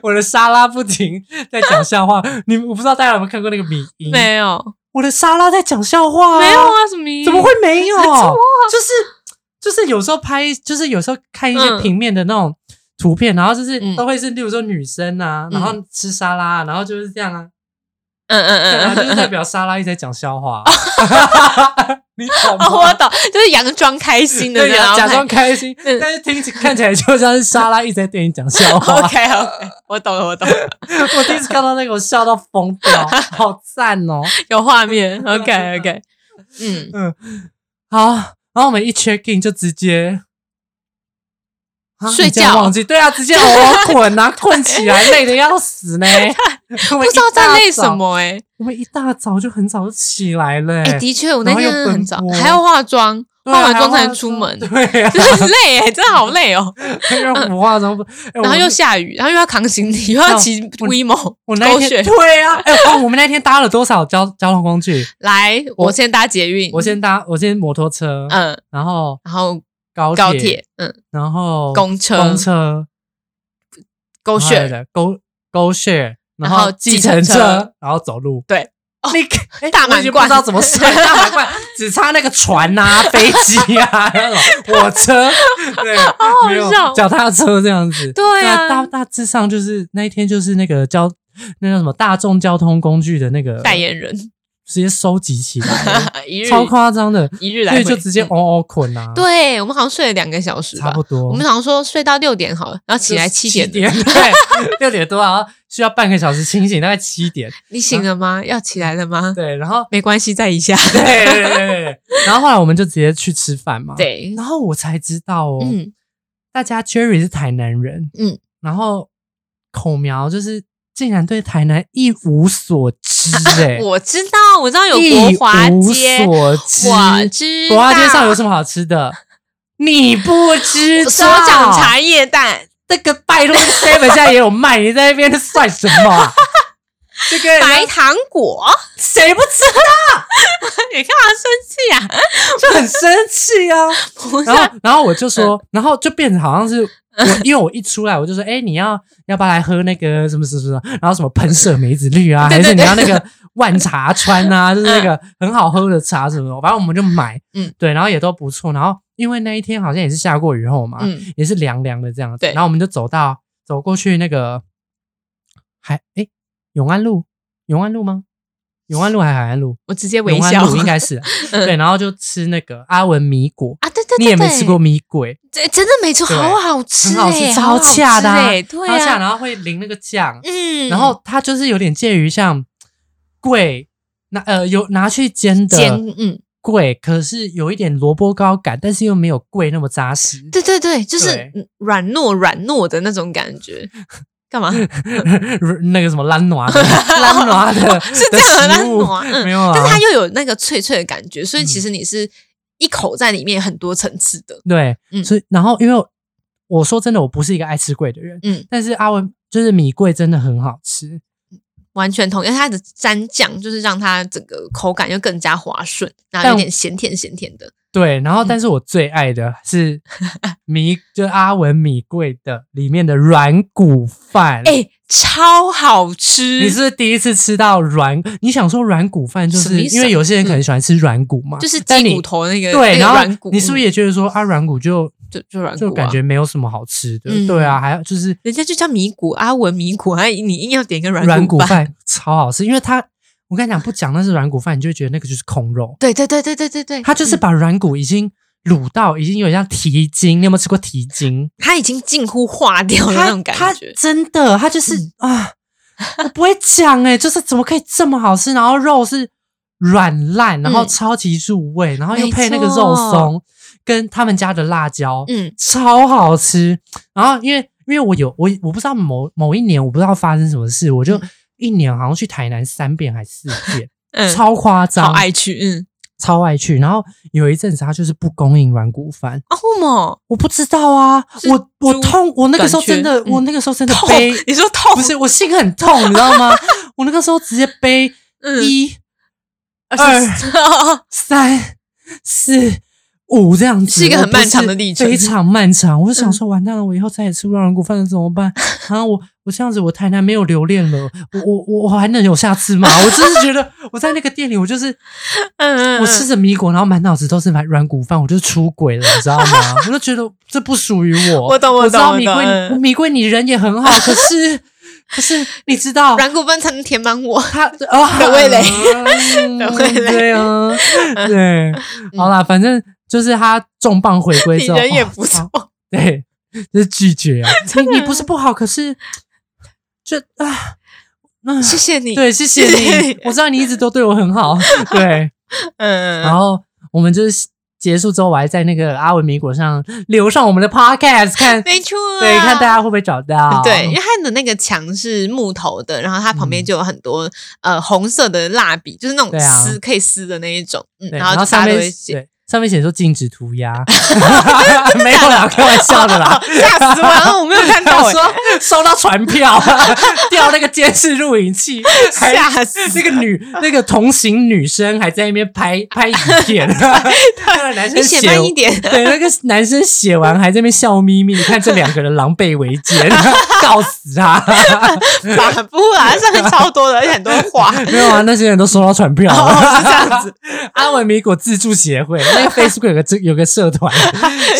[SPEAKER 1] 我的沙拉不停在讲笑话，你我不知道大家有没有看过那个米音？
[SPEAKER 2] 没有，
[SPEAKER 1] 我的沙拉在讲笑话、
[SPEAKER 2] 没有啊，什么意思？
[SPEAKER 1] 怎么会没有？
[SPEAKER 2] 怎么
[SPEAKER 1] 就是就是有时候拍，就是有时候看一些
[SPEAKER 2] 嗯
[SPEAKER 1] 平面的那种图片，然后就是、
[SPEAKER 2] 嗯
[SPEAKER 1] 都会是，例如说女生啊，
[SPEAKER 2] 嗯
[SPEAKER 1] 然后吃沙拉啊，然后就是这样啊，
[SPEAKER 2] 嗯？嗯
[SPEAKER 1] 对啊
[SPEAKER 2] 嗯
[SPEAKER 1] 就
[SPEAKER 2] 嗯
[SPEAKER 1] 是
[SPEAKER 2] 嗯。
[SPEAKER 1] 代表沙拉一直在讲笑话。啊 你懂吗？
[SPEAKER 2] 哦，我懂，就是佯装开心的
[SPEAKER 1] 对
[SPEAKER 2] 那种，
[SPEAKER 1] 呀，假装开心，
[SPEAKER 2] 嗯
[SPEAKER 1] 但是听起看起来就像是沙拉一直在对你讲笑 话。
[SPEAKER 2] OK OK，我懂了，我懂了，
[SPEAKER 1] 我第一次看到那个，我笑到疯 掉，好赞哦！
[SPEAKER 2] 有画面。OK OK，嗯，
[SPEAKER 1] 嗯，好，然后我们一 check in 就直接啊
[SPEAKER 2] 睡
[SPEAKER 1] 你竟然
[SPEAKER 2] 觉
[SPEAKER 1] 忘记对啊，直接好好捆 啊，困起来，累的要死呢。
[SPEAKER 2] 不
[SPEAKER 1] 不
[SPEAKER 2] 知道在累什，么哎。
[SPEAKER 1] 我们一大早就很早就起来了、啊
[SPEAKER 2] 哎，的确，我那
[SPEAKER 1] 然后又
[SPEAKER 2] 天很早
[SPEAKER 1] 奔，波
[SPEAKER 2] 还要化妆，
[SPEAKER 1] 对
[SPEAKER 2] 化
[SPEAKER 1] 啊
[SPEAKER 2] 完妆才能出门，
[SPEAKER 1] 对啊，
[SPEAKER 2] 真的很累哎，真的好 累哦。
[SPEAKER 1] 因为不化妆不，哎
[SPEAKER 2] 然后
[SPEAKER 1] 我
[SPEAKER 2] 又下雨，然后又要扛行李，又要骑
[SPEAKER 1] 我
[SPEAKER 2] WeMo
[SPEAKER 1] 我那
[SPEAKER 2] 狗
[SPEAKER 1] 一天
[SPEAKER 2] 血。
[SPEAKER 1] 对啊，哎、哦我们那天搭了多少交交通工具？
[SPEAKER 2] 来，
[SPEAKER 1] 我
[SPEAKER 2] 我先搭捷运，
[SPEAKER 1] 我先搭，我先摩托车，
[SPEAKER 2] 嗯，
[SPEAKER 1] 然后
[SPEAKER 2] 然后
[SPEAKER 1] 高
[SPEAKER 2] 高铁，嗯，
[SPEAKER 1] 然后
[SPEAKER 2] 公车
[SPEAKER 1] 公车，哎
[SPEAKER 2] 狗
[SPEAKER 1] 然后
[SPEAKER 2] 血，
[SPEAKER 1] 的，go go share，然
[SPEAKER 2] 然后
[SPEAKER 1] 后
[SPEAKER 2] 计
[SPEAKER 1] 计程
[SPEAKER 2] 程车
[SPEAKER 1] 车，然后走路。
[SPEAKER 2] 对，
[SPEAKER 1] 你可哎
[SPEAKER 2] 大
[SPEAKER 1] 我已
[SPEAKER 2] 满
[SPEAKER 1] 经不
[SPEAKER 2] 贯
[SPEAKER 1] 知道怎么算 大满贯，只差那个船呐、飞机啊、那 种火车，对，没有
[SPEAKER 2] 笑哦
[SPEAKER 1] 脚踏车这样子。
[SPEAKER 2] 对啊
[SPEAKER 1] 那大大致上就是那一天就是那个交那叫什么大众交通工具的那个
[SPEAKER 2] 代言人，啊
[SPEAKER 1] 直接收集起 来了，
[SPEAKER 2] 一日
[SPEAKER 1] 超夸张的，
[SPEAKER 2] 一日来
[SPEAKER 1] 所
[SPEAKER 2] 回，
[SPEAKER 1] 以就直接
[SPEAKER 2] 嗯
[SPEAKER 1] 哦哦捆啊，，
[SPEAKER 2] 对我们好像睡了两个小时
[SPEAKER 1] 差
[SPEAKER 2] 吧
[SPEAKER 1] 不，多，
[SPEAKER 2] 我们好像说睡到六点好了，然后起来七点，
[SPEAKER 1] 点，对，六点多，然后需要半个小时清醒，大概七点，
[SPEAKER 2] 你醒了
[SPEAKER 1] 啊
[SPEAKER 2] 吗？要起来了吗？
[SPEAKER 1] 对，然后
[SPEAKER 2] 没关系，再一 下，
[SPEAKER 1] 对对对对， 然后后来我们就直接去吃饭嘛，，
[SPEAKER 2] 对，
[SPEAKER 1] 然后我才知道哦，
[SPEAKER 2] 嗯，
[SPEAKER 1] 大家 Jerry 是台南人，
[SPEAKER 2] 嗯
[SPEAKER 1] 嗯，然后口苗就是竟然对台南一无所知，哎，
[SPEAKER 2] 我知道，我知道有国
[SPEAKER 1] 一
[SPEAKER 2] 华
[SPEAKER 1] 无
[SPEAKER 2] 街，
[SPEAKER 1] 所知，
[SPEAKER 2] 我知道
[SPEAKER 1] 国华街上有什么好吃的？你不知道？
[SPEAKER 2] 所长茶叶蛋，
[SPEAKER 1] 这个拜托 seven 现在也有卖，你在那边算什么啊、 这个
[SPEAKER 2] 白糖果，
[SPEAKER 1] 谁不知道
[SPEAKER 2] 你干嘛生气啊？
[SPEAKER 1] 就很生气啊？
[SPEAKER 2] 不是嗯
[SPEAKER 1] 然后，然后我就说，然后就变成好像是我，因为我一出来我就说，哎、你要要不要来喝那个什么什么什么，然后什么喷射梅子绿啊，
[SPEAKER 2] 对
[SPEAKER 1] 还
[SPEAKER 2] 对
[SPEAKER 1] 是你
[SPEAKER 2] 对
[SPEAKER 1] 要那个万茶川啊，就是那个很好喝的茶什么的，反正我们就买，
[SPEAKER 2] 嗯
[SPEAKER 1] 嗯，对，然后也都不错。然后因为那一天好像也是下过雨后嘛，
[SPEAKER 2] 嗯，
[SPEAKER 1] 也是凉凉的这样子。
[SPEAKER 2] 对
[SPEAKER 1] 然后我们就走到走过去那个海诶，永安路，永安路吗？永安路还是海岸路？
[SPEAKER 2] 我直接微
[SPEAKER 1] 永安
[SPEAKER 2] 笑，
[SPEAKER 1] 路应该是、
[SPEAKER 2] 嗯
[SPEAKER 1] 对，然后就吃那个阿文米果，
[SPEAKER 2] 啊，对对
[SPEAKER 1] 你
[SPEAKER 2] 对
[SPEAKER 1] 也没吃过，米鬼，
[SPEAKER 2] 对这真的没错，
[SPEAKER 1] 对
[SPEAKER 2] 好好吃欸，
[SPEAKER 1] 很好吃，超
[SPEAKER 2] 恰
[SPEAKER 1] 恰的、啊，
[SPEAKER 2] 对
[SPEAKER 1] 超恰，
[SPEAKER 2] 啊，
[SPEAKER 1] 然后会淋那个酱，
[SPEAKER 2] 嗯，
[SPEAKER 1] 然后它就是有点介于像贵拿呃有拿去煎的
[SPEAKER 2] 煎，嗯，
[SPEAKER 1] 贵，可是有一点萝卜糕感，但是又没有贵那么扎实。
[SPEAKER 2] 对对对，就是
[SPEAKER 1] 对
[SPEAKER 2] 嗯软糯软糯的那种感觉，干 嘛？
[SPEAKER 1] 那个什么兰暖的 兰暖的
[SPEAKER 2] 哦是这样的
[SPEAKER 1] 的
[SPEAKER 2] 烂
[SPEAKER 1] 食物
[SPEAKER 2] 糯，嗯
[SPEAKER 1] 没有啊？
[SPEAKER 2] 但是它又有那个脆脆的感觉，所以其
[SPEAKER 1] 嗯
[SPEAKER 2] 实你是一口在里面很多层次的，
[SPEAKER 1] 对，
[SPEAKER 2] 嗯
[SPEAKER 1] 所以然后因为我我说真的，我不是一个爱吃贵的人，
[SPEAKER 2] 嗯
[SPEAKER 1] 但是阿文就是米贵真的很好吃，
[SPEAKER 2] 完全同意。因为它的蘸酱就是让它整个口感又更加滑顺，然后
[SPEAKER 1] 但
[SPEAKER 2] 有
[SPEAKER 1] 我
[SPEAKER 2] 点咸甜咸甜的。
[SPEAKER 1] 对，然后
[SPEAKER 2] 嗯
[SPEAKER 1] 但是我最爱的 是米，就是阿文米贵的里面的软骨饭，
[SPEAKER 2] 哎、超好吃！
[SPEAKER 1] 你是不是第一次吃到软？你想说软骨饭就
[SPEAKER 2] 什么
[SPEAKER 1] 是
[SPEAKER 2] 意思啊
[SPEAKER 1] 因为有些人可能喜欢吃软骨嘛，
[SPEAKER 2] 就是
[SPEAKER 1] 但
[SPEAKER 2] 鸡
[SPEAKER 1] 你
[SPEAKER 2] 骨头那个那
[SPEAKER 1] 对，
[SPEAKER 2] 个
[SPEAKER 1] 然后
[SPEAKER 2] 软骨，
[SPEAKER 1] 你是不是也觉得说啊软骨就
[SPEAKER 2] 就就软骨、啊？
[SPEAKER 1] 就感觉没有什么好吃的，
[SPEAKER 2] 嗯
[SPEAKER 1] 对啊，还有就是
[SPEAKER 2] 人家就叫米骨阿文米骨，还你硬要点一个软
[SPEAKER 1] 软骨
[SPEAKER 2] 饭？
[SPEAKER 1] 饭 超好吃，因为它我跟你讲不讲那是软骨饭，你就会觉得那个就是空肉，
[SPEAKER 2] 对对对对对对对，
[SPEAKER 1] 它就是
[SPEAKER 2] 嗯
[SPEAKER 1] 把软骨已经卤到已经有点像蹄筋，你有没有吃过蹄筋？
[SPEAKER 2] 它已经近乎化掉哦的那
[SPEAKER 1] 它
[SPEAKER 2] 种感
[SPEAKER 1] 它
[SPEAKER 2] 觉。嗯
[SPEAKER 1] 真的，欸它就是、啊，我不会讲哎、就是怎么可以这么好吃？然后肉是软烂，然
[SPEAKER 2] 嗯
[SPEAKER 1] 后超级入味，然后又配那个肉松跟他们家的辣椒，
[SPEAKER 2] 嗯，
[SPEAKER 1] 超好吃。然后因为因为我有我我不知道某某一年我不知道发生什么事，我就
[SPEAKER 2] 嗯
[SPEAKER 1] 一年好像去台南三遍还是四遍，
[SPEAKER 2] 嗯，
[SPEAKER 1] 超夸
[SPEAKER 2] 好
[SPEAKER 1] 张，
[SPEAKER 2] 爱去，嗯，
[SPEAKER 1] 超爱去。然后有一阵子他就是不供应软骨饭，
[SPEAKER 2] 啊，为什么？
[SPEAKER 1] 我不知道啊，
[SPEAKER 2] 是
[SPEAKER 1] 我我
[SPEAKER 2] 猪
[SPEAKER 1] 痛，我那个时候
[SPEAKER 2] 短
[SPEAKER 1] 真
[SPEAKER 2] 缺
[SPEAKER 1] 的，
[SPEAKER 2] 嗯
[SPEAKER 1] 我那个时候真的
[SPEAKER 2] 痛
[SPEAKER 1] 悲，？
[SPEAKER 2] 你说痛
[SPEAKER 1] 不？是我心很痛，你知道 吗？我那个时候直接背
[SPEAKER 2] 嗯，
[SPEAKER 1] 一
[SPEAKER 2] 二
[SPEAKER 1] 三四五这样子，
[SPEAKER 2] 是一个很
[SPEAKER 1] 我不
[SPEAKER 2] 漫长的历程嗯
[SPEAKER 1] 非常漫长。我就想说，完蛋了，我以后再也吃不到软骨饭了，怎么办？然后我我这样子，我台南没有留恋了，我我我我还能有下次吗？我真是觉 得我在那个店里，我就是
[SPEAKER 2] 嗯，
[SPEAKER 1] 我吃着米果，然后满脑子都是软软骨饭，我就出轨了，你知道 吗？我就觉得这不属于我。
[SPEAKER 2] 我懂我
[SPEAKER 1] 我
[SPEAKER 2] 懂
[SPEAKER 1] 知道
[SPEAKER 2] 我
[SPEAKER 1] 米
[SPEAKER 2] 懂
[SPEAKER 1] 贵
[SPEAKER 2] 嗯
[SPEAKER 1] 你，米贵你人也很好， 可是可是你知道
[SPEAKER 2] 软骨分才能填满我。
[SPEAKER 1] 他 啊
[SPEAKER 2] 的味 蕾
[SPEAKER 1] 嗯
[SPEAKER 2] 的味蕾嗯
[SPEAKER 1] 对啊，对，好啦，反正就是他重磅回归
[SPEAKER 2] 你
[SPEAKER 1] 之后，
[SPEAKER 2] 人也
[SPEAKER 1] 哇
[SPEAKER 2] 不错，
[SPEAKER 1] 对，就是拒绝啊，
[SPEAKER 2] 真的
[SPEAKER 1] 你你不是不好，可是就啊，那
[SPEAKER 2] 谢谢你。
[SPEAKER 1] 对，谢谢
[SPEAKER 2] 谢谢你
[SPEAKER 1] 你，我知道你一直都对我很好，对。
[SPEAKER 2] 嗯，
[SPEAKER 1] 然后我们就是结束之后，我还在那个阿文米果上留上我们的 podcast，看
[SPEAKER 2] 没错啊，
[SPEAKER 1] 对看大家会不会找到。
[SPEAKER 2] 对，因为它的那个墙是木头的，然后它旁
[SPEAKER 1] 嗯
[SPEAKER 2] 边就有很多、呃红色的蜡笔，就是那种
[SPEAKER 1] 对啊
[SPEAKER 2] 撕、可以撕的那一种，嗯，
[SPEAKER 1] 对，
[SPEAKER 2] 然后就
[SPEAKER 1] 上
[SPEAKER 2] 大家
[SPEAKER 1] 面
[SPEAKER 2] 都会写。啊
[SPEAKER 1] 对上面写说禁止涂 鸦，没有啦，开玩笑的
[SPEAKER 2] 哦
[SPEAKER 1] 啦。
[SPEAKER 2] 吓死我了！我没有 看到、
[SPEAKER 1] 我
[SPEAKER 2] 欸，
[SPEAKER 1] 说收到传票， 调那个监视录影器，还
[SPEAKER 2] 吓死！
[SPEAKER 1] 那个女那个同行女生还在那边拍拍影片，啊 那个男生
[SPEAKER 2] 你写慢一点，
[SPEAKER 1] 对，那个男生写完还在那边笑眯眯，你看这两个人狼狈为奸，啊 告死他！
[SPEAKER 2] 法布啊，上面超多的，而且很多画。
[SPEAKER 1] 没有啊，那些人都收到传票了。
[SPEAKER 2] 哦，是这样子，
[SPEAKER 1] 阿文米果自助协会，那个 Facebook 有个这有个社团，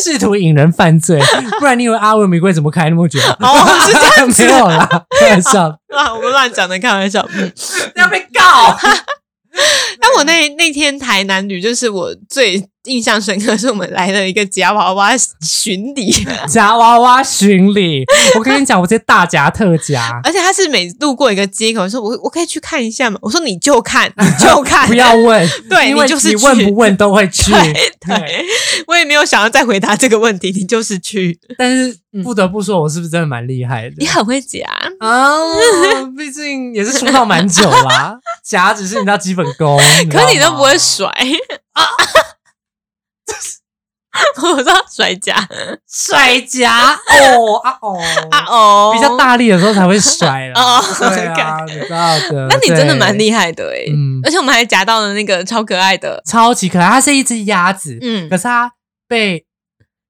[SPEAKER 1] 试图引人犯罪，不然你以为阿文米贵怎么开那么久？
[SPEAKER 2] 哦是这样子
[SPEAKER 1] 没有啦，开玩笑，
[SPEAKER 2] 啊，我们乱讲的，开玩笑。嗯，
[SPEAKER 1] 要被告。
[SPEAKER 2] 但我那那天台南旅，就是我最印象深刻，是我们来了一个夹娃娃巡礼，
[SPEAKER 1] 夹娃娃巡礼，我跟你讲，我这大夹特夹，
[SPEAKER 2] 而且他是每路过一个街口，说我我可以去看一下嘛。我说你就看，你就看，
[SPEAKER 1] 不要问，
[SPEAKER 2] 对
[SPEAKER 1] 因为
[SPEAKER 2] 你就是
[SPEAKER 1] 你问
[SPEAKER 2] 去
[SPEAKER 1] 不问都会去。对，
[SPEAKER 2] 对，我也没有想要再回答这个问题，你就是去，
[SPEAKER 1] 但是不得不说，我是不是真的蛮厉害的？
[SPEAKER 2] 你很会讲，
[SPEAKER 1] 啊，毕竟也是出道蛮久 啦，夹只是你知道基本功，
[SPEAKER 2] 可你
[SPEAKER 1] 知道
[SPEAKER 2] 都
[SPEAKER 1] 吗
[SPEAKER 2] 不会甩 啊。我知道甩夹
[SPEAKER 1] 甩 夹哦啊哦
[SPEAKER 2] 啊哦，
[SPEAKER 1] 比较。大力的时候才会甩啦。
[SPEAKER 2] 哦
[SPEAKER 1] 对啊，你知道的。
[SPEAKER 2] 那你真的蛮
[SPEAKER 1] 害，
[SPEAKER 2] 厉害的哎、
[SPEAKER 1] 嗯，
[SPEAKER 2] 而且我们还夹到了那个超可爱的，
[SPEAKER 1] 超级可爱。它是一只鸭子，
[SPEAKER 2] 嗯
[SPEAKER 1] 可，是它被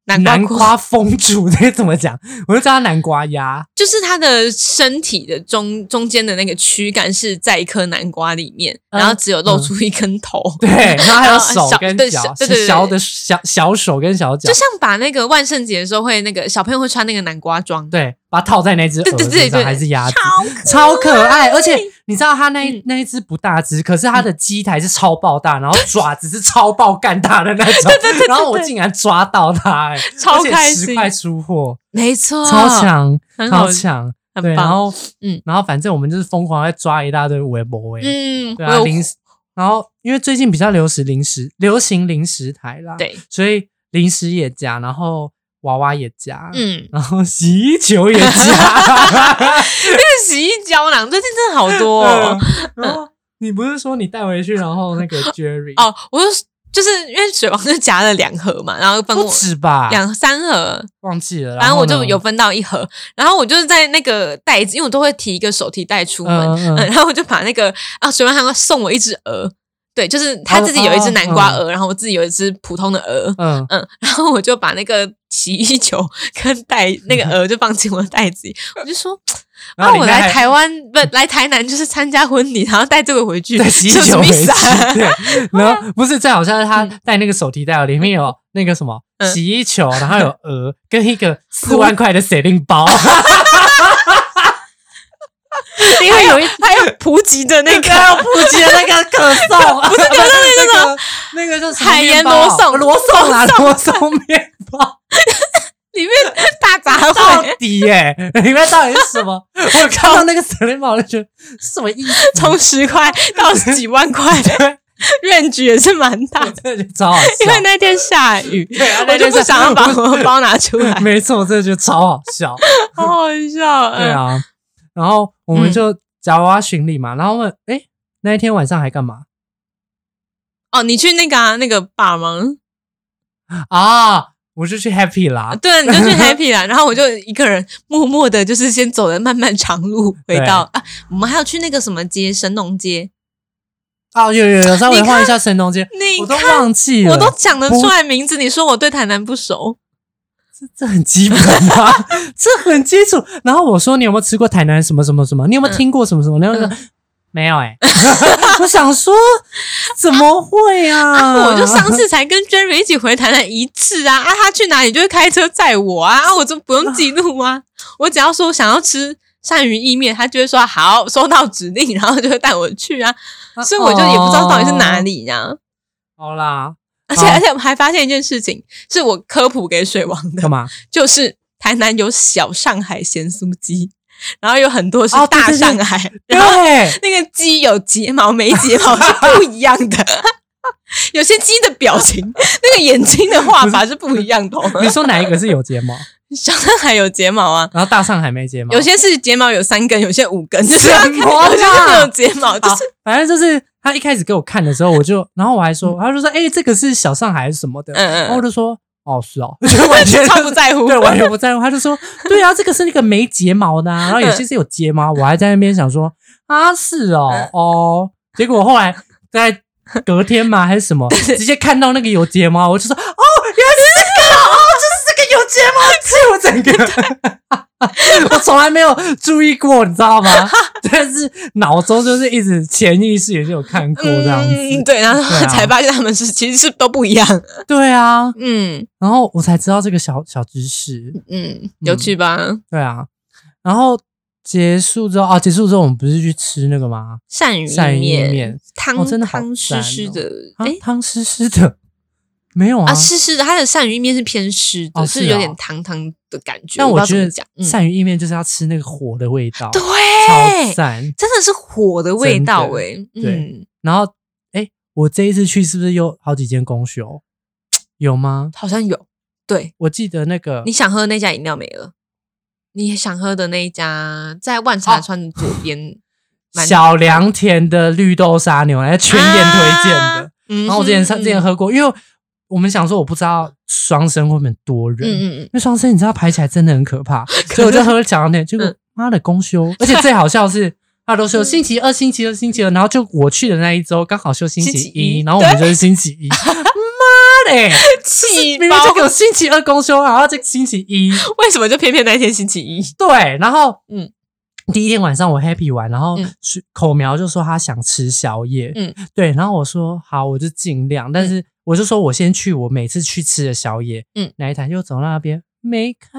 [SPEAKER 2] 南瓜
[SPEAKER 1] 南
[SPEAKER 2] 锅
[SPEAKER 1] 瓜封住，那怎么讲？ 我就叫它南瓜鸭。
[SPEAKER 2] 就是它的身体的中中间的那个躯干是在一颗南瓜里面，
[SPEAKER 1] 嗯
[SPEAKER 2] 然后只有露出一根头，
[SPEAKER 1] 对，然后还有
[SPEAKER 2] 然后
[SPEAKER 1] 手
[SPEAKER 2] 嗯哦小
[SPEAKER 1] 跟
[SPEAKER 2] 对
[SPEAKER 1] 脚
[SPEAKER 2] 小，对对对
[SPEAKER 1] 小的小小手跟小脚
[SPEAKER 2] 就，像把那个万圣节的时候会那个小朋友会穿那个南瓜装，
[SPEAKER 1] 对，把它套在那只
[SPEAKER 2] 对对
[SPEAKER 1] 鹅
[SPEAKER 2] 对
[SPEAKER 1] 身上，
[SPEAKER 2] 对
[SPEAKER 1] 还是鸭子。
[SPEAKER 2] 超
[SPEAKER 1] 超可爱，而且你知道它那一、
[SPEAKER 2] 嗯
[SPEAKER 1] 那一只不大只，可是它的鸡台是超爆大，然后爪子是超爆干大的那 种。对对对然后我竟然抓到它、哎，
[SPEAKER 2] 超
[SPEAKER 1] 而且
[SPEAKER 2] 开心
[SPEAKER 1] 十块出货，
[SPEAKER 2] 没错，
[SPEAKER 1] 超，强，
[SPEAKER 2] 很好
[SPEAKER 1] 超强，
[SPEAKER 2] 很
[SPEAKER 1] 对。
[SPEAKER 2] 棒
[SPEAKER 1] 然后嗯
[SPEAKER 2] 嗯，
[SPEAKER 1] 然后反正我们就是疯狂在抓一大堆微博哎，
[SPEAKER 2] 嗯，
[SPEAKER 1] 对啊，
[SPEAKER 2] 我有
[SPEAKER 1] 零食。然后因为最近比较流行零食，流行零食台啦，，
[SPEAKER 2] 对，
[SPEAKER 1] 所以零食也加，然后娃娃也加，嗯，
[SPEAKER 2] 嗯，
[SPEAKER 1] 然后洗衣球也 加。
[SPEAKER 2] 那洗衣胶囊最近真的好多哦，
[SPEAKER 1] 嗯 然后你不是说你带回去，然后那 个 Jerry
[SPEAKER 2] 哦，我就就是因为水王就夹了两盒嘛，然后分
[SPEAKER 1] 不
[SPEAKER 2] 我
[SPEAKER 1] 止啊吧？
[SPEAKER 2] 两三盒，
[SPEAKER 1] 忘记了，
[SPEAKER 2] 反正我
[SPEAKER 1] 然后
[SPEAKER 2] 就
[SPEAKER 1] 呢
[SPEAKER 2] 有分到一盒，然后我就是在那个袋子，因为我都会提一个手提袋出门，
[SPEAKER 1] 嗯嗯
[SPEAKER 2] 嗯，然后我就把那个啊，水王还送我一只鹅，对，就是他自己有一只南瓜
[SPEAKER 1] 哦
[SPEAKER 2] 鹅，然后我自己有一只普通的鹅，
[SPEAKER 1] 嗯，
[SPEAKER 2] 嗯，然后我就把那个洗衣球跟袋那个鹅就放进我的袋子里，我就说。
[SPEAKER 1] 然
[SPEAKER 2] 啊，
[SPEAKER 1] 后
[SPEAKER 2] 我
[SPEAKER 1] 你那
[SPEAKER 2] 来
[SPEAKER 1] 还
[SPEAKER 2] 台湾不来台南就是参加婚礼，然后带这个回去，
[SPEAKER 1] 带洗衣
[SPEAKER 2] 这有什
[SPEAKER 1] 球
[SPEAKER 2] 么
[SPEAKER 1] 回
[SPEAKER 2] 意
[SPEAKER 1] 去
[SPEAKER 2] 思啊？，
[SPEAKER 1] 对， 然后不是最好像是他
[SPEAKER 2] 嗯
[SPEAKER 1] 带那个手提袋哦，里面有那个什么
[SPEAKER 2] 嗯
[SPEAKER 1] 洗衣球，然 后有鹅跟一个四万块的水令包，
[SPEAKER 2] 因为有一还有普吉 的那个
[SPEAKER 1] 还有普及的那个可颂，不是可颂那个 那个叫什么
[SPEAKER 2] 海盐
[SPEAKER 1] 面包
[SPEAKER 2] 罗宋
[SPEAKER 1] 罗宋啊，罗宋 面包。
[SPEAKER 2] 里面大杂
[SPEAKER 1] 到
[SPEAKER 2] 烩，
[SPEAKER 1] 底耶、里面到底是什么？我有看到那个 s l i m 我就觉得什么意思？
[SPEAKER 2] 从十块到几万块，
[SPEAKER 1] 对
[SPEAKER 2] range 也是蛮大的，
[SPEAKER 1] 真的觉得超好
[SPEAKER 2] 因为
[SPEAKER 1] 笑。
[SPEAKER 2] 那天下雨，
[SPEAKER 1] 对啊，
[SPEAKER 2] 我就不想要把 我的包拿出来
[SPEAKER 1] 没错，真的觉得超好笑。
[SPEAKER 2] 好好笑。嗯
[SPEAKER 1] 对，啊，然后我们就夹娃娃巡礼嘛，然后问，哎，那一天晚上还干嘛
[SPEAKER 2] 哦，你去那个啊那个吧吗？
[SPEAKER 1] 啊？我就去 happy 啦，
[SPEAKER 2] 对，你就去 happy 啦。然后我就一个人默默的，就是先走了漫漫长路，回到啊，我们还要去那个什么街，神农街。
[SPEAKER 1] 哦，有有有，稍微
[SPEAKER 2] 你看
[SPEAKER 1] 晃一下神农街，
[SPEAKER 2] 你
[SPEAKER 1] 我都
[SPEAKER 2] 看，
[SPEAKER 1] 忘记了，
[SPEAKER 2] 我都讲得出来名字，你说我对台南不熟，
[SPEAKER 1] 这很基本 啊，这很基础。然后我说你有没有吃过台南什么什么什么？你有没有听过什
[SPEAKER 2] 嗯
[SPEAKER 1] 么什么？然后就说没有 哎、我想说怎么会啊？
[SPEAKER 2] 我就上次才跟 Jerry 一起回台南一次啊，啊，他去哪里就会开车载我啊， 啊，我就不用记录啊，我只要说我想要吃鳝鱼意面，他就会说好，收到指令，然后就会带我 去啊，所以我就也不知道到底是哪里呀、
[SPEAKER 1] 哦。好 啦，
[SPEAKER 2] 而且
[SPEAKER 1] 好
[SPEAKER 2] 而且我们还发现一件事情，是我科普给水王的
[SPEAKER 1] 干，嘛？
[SPEAKER 2] 就是台南有小上海咸酥鸡，然后有很多是
[SPEAKER 1] 哦对
[SPEAKER 2] 大
[SPEAKER 1] 对对
[SPEAKER 2] 上海，
[SPEAKER 1] 对
[SPEAKER 2] 然后 那个鸡有睫毛没睫毛是不一样的， 有些鸡的表情、那个眼睛的画法是不一样的、哦。
[SPEAKER 1] 你说哪一个是有睫毛？
[SPEAKER 2] 小上海有睫毛啊，
[SPEAKER 1] 然后大上海没睫毛？
[SPEAKER 2] 有些是睫毛有三根，有些五根，就是
[SPEAKER 1] 什
[SPEAKER 2] 要
[SPEAKER 1] 么
[SPEAKER 2] 看有些是没有睫毛，就
[SPEAKER 1] 啊好
[SPEAKER 2] 是
[SPEAKER 1] 反正就是他一开始给我看的时候，我就然后我还说，他就说哎、这个是小上海还是什么的？
[SPEAKER 2] 嗯嗯
[SPEAKER 1] 然后我就说哦是 哦，就完全
[SPEAKER 2] 超不在乎。
[SPEAKER 1] 对，完全不在乎。他就说：“对啊，这个是那个没睫毛的、啊，然后有些是有睫毛。”我还在那边想说：“啊，是哦，
[SPEAKER 2] 嗯
[SPEAKER 1] 哦。”结果后来在隔天嘛还是 什么，直接看到那个有睫毛，我就说：“哦，原来是这个，哦，就是这个有睫毛。”气 我整个，我从来没有注意过，你知 道吗？但是脑中就是一直潜意识也是有看过这样
[SPEAKER 2] 嗯，
[SPEAKER 1] 子。
[SPEAKER 2] 对，然
[SPEAKER 1] 对啊
[SPEAKER 2] 后才发现他们是其实是都不一样。
[SPEAKER 1] 对啊，
[SPEAKER 2] 嗯
[SPEAKER 1] 然后我才知道这个小小知识。
[SPEAKER 2] 嗯，有趣吧？
[SPEAKER 1] 对啊，然后结束之后啊，结束之后我们不是去吃那个吗？
[SPEAKER 2] 鳝鱼
[SPEAKER 1] 鳝鱼意面
[SPEAKER 2] 汤、
[SPEAKER 1] 哦真的好
[SPEAKER 2] 汤湿
[SPEAKER 1] 赞
[SPEAKER 2] 湿
[SPEAKER 1] 哦
[SPEAKER 2] 的，
[SPEAKER 1] 啊
[SPEAKER 2] 哎、，
[SPEAKER 1] 汤湿湿的，没有啊
[SPEAKER 2] 啊，湿湿的，它的鳝鱼意面是偏湿的，
[SPEAKER 1] 哦
[SPEAKER 2] 是
[SPEAKER 1] 是
[SPEAKER 2] 有
[SPEAKER 1] 哦
[SPEAKER 2] 点汤汤的感觉。
[SPEAKER 1] 但
[SPEAKER 2] 我
[SPEAKER 1] 我
[SPEAKER 2] 不知
[SPEAKER 1] 觉
[SPEAKER 2] 道怎么
[SPEAKER 1] 得
[SPEAKER 2] 讲，嗯
[SPEAKER 1] 鳝鱼意面就是要吃那个火的味道，超
[SPEAKER 2] 对，
[SPEAKER 1] 赞。
[SPEAKER 2] 真的是火的味道哎、嗯
[SPEAKER 1] 对，然后哎，我这一次去是不是有好几间公休？有吗？
[SPEAKER 2] 好像有。对，
[SPEAKER 1] 我记得那个
[SPEAKER 2] 你想喝的那家饮料没了，你想喝的那一家在万茶川的左边，蛮
[SPEAKER 1] 小良田的绿豆沙牛奶， 全年推荐的。
[SPEAKER 2] 啊。嗯
[SPEAKER 1] 然后我之前上
[SPEAKER 2] 嗯
[SPEAKER 1] 之前喝过，因为我们想说我不知道双生会不会多人，
[SPEAKER 2] 嗯嗯嗯
[SPEAKER 1] 因，为双生你知道排起来真的很可 怕，所以我就喝小两点，结果
[SPEAKER 2] 嗯
[SPEAKER 1] 妈的公 休，而且最好笑的是。他都休
[SPEAKER 2] 嗯
[SPEAKER 1] 星期二、星期二、星期二，然后就我去的那一周刚好休星期
[SPEAKER 2] 星期
[SPEAKER 1] 一，
[SPEAKER 2] 一
[SPEAKER 1] 然后我们就是星期一，妈嘞，
[SPEAKER 2] 气
[SPEAKER 1] 明明
[SPEAKER 2] 包
[SPEAKER 1] 就给我星期二公休，然后这个星期一，
[SPEAKER 2] 为什么就偏偏那一天星期 一？
[SPEAKER 1] 对，然后嗯
[SPEAKER 2] 嗯，
[SPEAKER 1] 第一天晚上我 happy 完，然后
[SPEAKER 2] 嗯
[SPEAKER 1] 去口苗就说他想吃宵夜，嗯
[SPEAKER 2] 嗯，
[SPEAKER 1] 对，然后我说好，我就尽量，但是我就说我先去我每次去吃的宵夜，嗯
[SPEAKER 2] 嗯，
[SPEAKER 1] 哪一台就走到那边没 开，